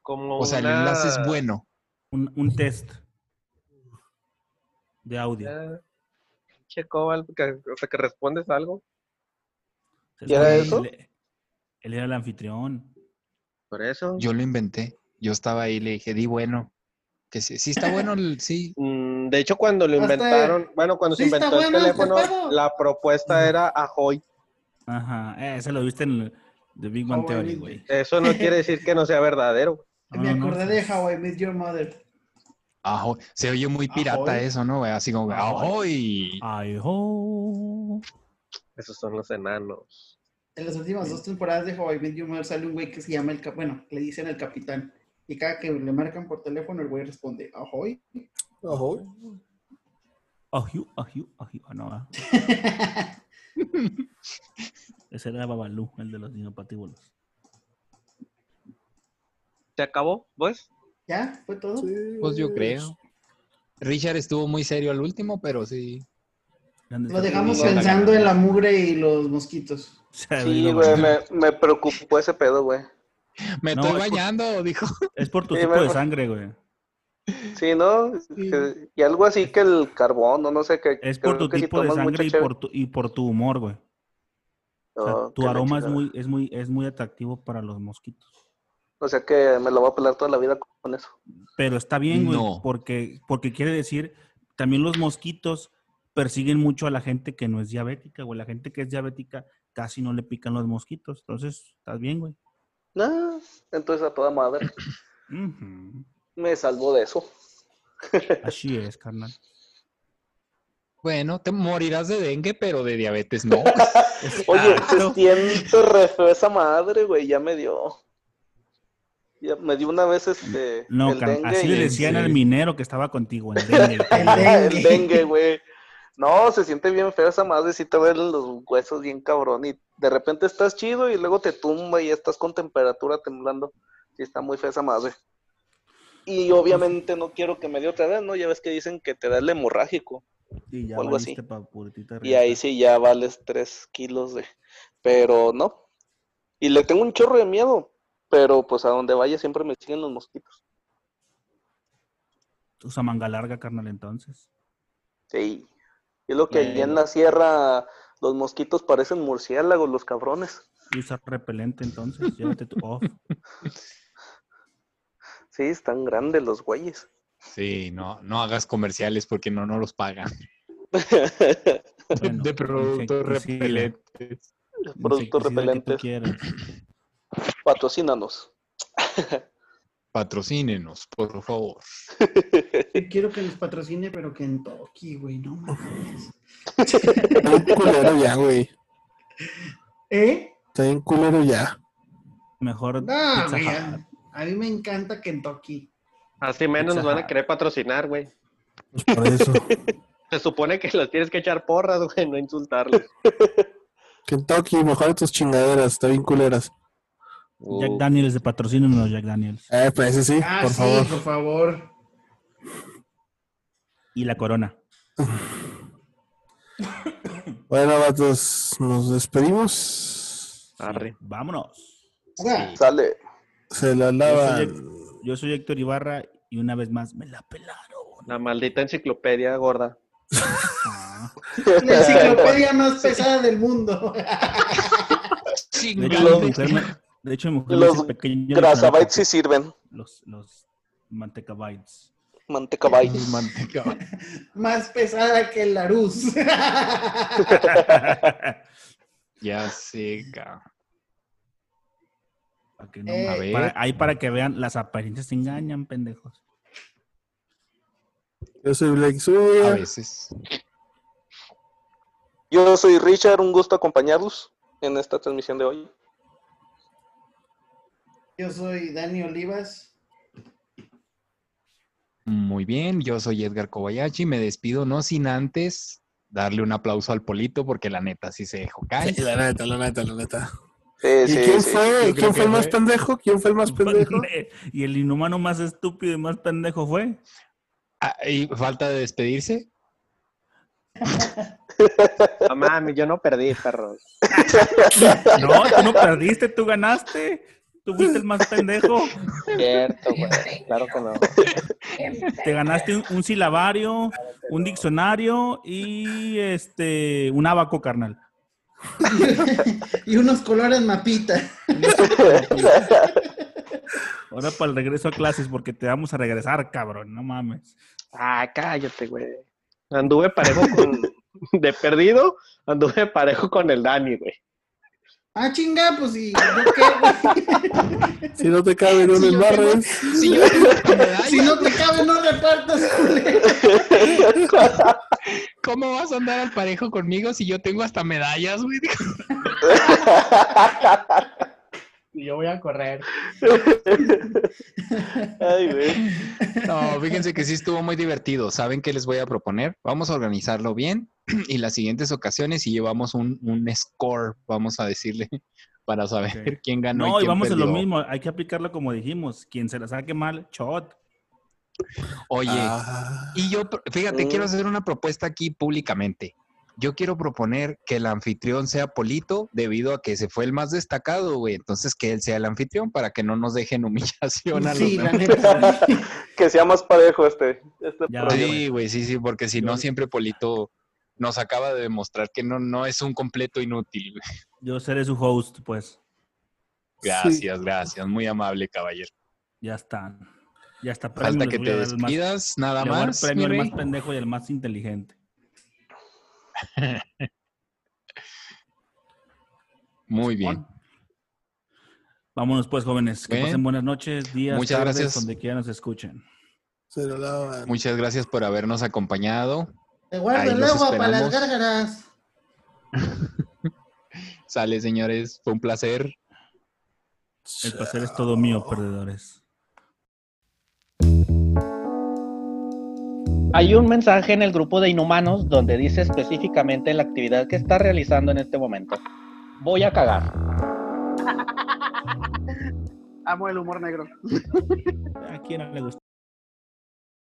Como
O sea, el
una-
enlace es bueno.
Un, un test de audio.
Ya. Che, Cobal, que- o sea, que respondes algo.
Se
¿Y era
supone que
eso?
Él, él era el anfitrión.
Por eso.
Yo lo inventé. Yo estaba ahí y le dije, di bueno. Que sí, sí está bueno, el- sí.
Mm, de hecho, cuando lo
Hasta-
inventaron, bueno, cuando se
Sí, está
inventó el
bueno este
teléfono,
pedo.
la propuesta era Ajoy.
Ajá, eh, ese lo viste en el The Big One
Hawái
Theory,
Meet-
güey.
Eso no quiere decir que no sea verdadero.
No,
Me
no, no,
acordé de
pues,
How I Met Your Mother.
Ajo- Se oye muy pirata
Ajoy.
eso, ¿no? güey? Así como, ¡ahoy!
Ay, ho.
Esos son los enanos.
En las últimas dos temporadas de How I Met Your Mother sale un güey que se llama el cap, bueno, le dicen el capitán. Y cada que le marcan por teléfono, el güey responde, "Ah, ahoy.
Ajú, ajú, ajú. Ah, no, ah. Ese era Babalú, el de los dinopatíbulos.
¿Se acabó? ¿Pues?
¿Ya? ¿Fue todo?
Pues yo creo. Richard estuvo muy serio al último, pero sí.
Grandes
Lo dejamos
Sí, la
capítulos.
pensando en la mugre y los mosquitos.
Se
Sí,
vino
güey,
mal.
me, me preocupó ese pedo, güey.
Me
No,
estoy
es por-
bañando, dijo.
Es por tu
Sí,
tipo
güey.
de sangre, güey.
Sí, ¿no? Que- Y algo así que el carbón, no, no sé qué.
Es por tu tipo de sangre y por tu, y por tu humor, güey. O sea,
Oh,
tu aroma es muy, es, muy, es muy atractivo para los mosquitos.
O sea que me lo voy a pelar toda la vida con eso.
Pero está bien, güey,
No.
porque, porque quiere decir, también los mosquitos persiguen mucho a la gente que no es diabética, güey. La gente que es diabética casi no le pican los mosquitos. Entonces, estás bien, güey.
No, entonces a toda madre
Ujú.
me salvo de eso.
Así es, carnal.
Bueno, te morirás de dengue, pero de diabetes no.
Oye,
Exacto.
te siento re feo esa madre, güey, ya me dio. Ya me dio una vez este
No,
el
carnal,
dengue
así
y- Ah,
le decían al
sí.
minero que estaba contigo. el dengue, el
El
pendejo.
el dengue, güey. No, se siente bien feo esa madre, sí te duelen los huesos bien cabrón y de repente estás chido y luego te tumba y estás con temperatura temblando. Sí está muy fea esa madre. Y obviamente no quiero que me dé otra vez, ¿no? Ya ves que dicen que te da el hemorrágico.
y ya
o algo así.
valiste pa' puritita
Y ahí
riata.
sí ya vales tres kilos de... Pero no. Y le tengo un chorro de miedo. Pero pues a donde vaya siempre me siguen los mosquitos.
Usa manga larga, carnal, entonces.
Sí. Y es lo que allá en la sierra los mosquitos parecen murciélagos, los cabrones.
Y usa repelente, entonces. Llévate tu off.
Sí, están grandes los güeyes.
Sí, no, no hagas comerciales porque no, no los pagan.
Bueno, pues
de productos
insecticida.
repelentes.
Productos repelentes. Patrocínanos.
Patrocínenos, por favor.
Yo quiero que nos patrocine, pero que en Toki, güey, no mames.
Está bien culero ya, güey.
¿Eh?
Está bien culero ya.
Mejor
No,
Pizza
güey,
Hut.
a, a mí me encanta Kentucky.
Así menos nos
Pizza
van a querer patrocinar, güey.
Pues por eso.
Se supone que los tienes que echar porras, güey, no insultarlos.
Kentucky, mejora tus chingaderas, está bien culeras.
Jack Daniels de patrocinio, no Jack Daniels.
Eh, pues ese sí,
Ah,
por
sí,
favor.
por favor.
Y la corona.
Bueno, vatos, nos despedimos.
Arre.
Vámonos.
Ahora,
Sale.
Se la
Yo
lava.
soy, Hec- yo soy Héctor Ibarra y una vez más me la pelaron.
La maldita enciclopedia gorda.
Ah.
La enciclopedia más pesada del mundo.
De hecho, mi mujer me- de hecho, mi mujer me
Los
dice pequeño
Grasabytes sí
declarado.
sirven.
Los, los mantecabytes.
Mantecabytes.
Manteca.
más pesada que la luz.
Ya sé, cabrón.
Pa' que no-
Eh,
A ver.
para- ahí para que vean, las apariencias te engañan, pendejos.
Yo soy Blake
A
Zúñiga.
veces.
Yo soy Richard, un gusto acompañarlos en esta transmisión de hoy.
Yo soy Dani Olivas.
Muy bien, yo soy Edgar Kobayashi. Me despido no sin antes darle un aplauso al Polito porque la neta sí se dejó caer.
Sí, la neta, la neta, la neta.
Sí,
¿Y
sí,
quién
sí.
fue?
Yo creo
¿Quién
que
fue el más
fue-
pendejo? ¿Quién fue el más
Pues,
pendejo?
Y el inhumano más estúpido y más pendejo fue.
Ah, ¿Y falta de despedirse?
No mames, yo no perdí, perro.
No, tú no perdiste, tú ganaste. Tú fuiste el más pendejo.
Cierto, güey. Claro que no.
Te ganaste un, un silabario, un diccionario y este un abaco, carnal.
y unos colores mapita.
Ahora para el regreso a clases, porque te vamos a regresar, cabrón. No mames.
Ah, cállate, güey. Anduve parejo con. De perdido, anduve parejo con el Dani, güey.
Ah, chinga, pues y yo qué, güey?
Si no te cabe en un
Si yo
embarre.
Si, yo- si no te cabe, no repartas, culero.
¿Cómo vas a andar al parejo conmigo si yo tengo hasta medallas, güey? Y yo voy a correr.
Ay, güey.
No, fíjense que sí estuvo muy divertido. ¿Saben qué les voy a proponer? Vamos a organizarlo bien y las siguientes ocasiones si llevamos un, un score, vamos a decirle, para saber
Ok.
quién ganó.
No, y
quién
vamos a lo
perdió.
mismo. Hay que aplicarlo como dijimos. Quien se la saque mal, shot.
Oye,
Ah,
y yo, pro- fíjate,
Mm.
quiero hacer una propuesta aquí públicamente. Yo quiero proponer que el anfitrión sea Polito debido a que se fue el más destacado, güey. Entonces que él sea el anfitrión para que no nos dejen humillación a los
Sí,
demás.
la neta.
Que sea más parejo este. este
Ya
proyecto.
Sí, güey, sí, sí, porque si no, siempre Polito nos acaba de demostrar que no, no es un completo inútil. güey.
Yo seré su host, pues.
Gracias, gracias, muy amable, caballero.
Ya está. Ya está.
Falta
premio,
que
les
te
voy a dar el más-
despidas,
le
nada
voy a dar
más.
premio
mi
el más
rey.
pendejo y el más inteligente.
Muy bien.
Vámonos pues, jóvenes. Que
Bien.
pasen buenas noches, días,
Muchas
tardes,
gracias.
donde quiera nos escuchen.
se la lavan.
Muchas gracias por habernos acompañado.
Te guardo
Ahí
el
los
agua para las
esperamos.
gárgaras.
Sale, señores, fue un placer.
El placer es todo mío, perdedores.
Hay un mensaje en el grupo de Inhumanos donde dice específicamente la actividad que está realizando en este momento. Voy a cagar.
Amo el humor negro.
¿A quién no le gusta?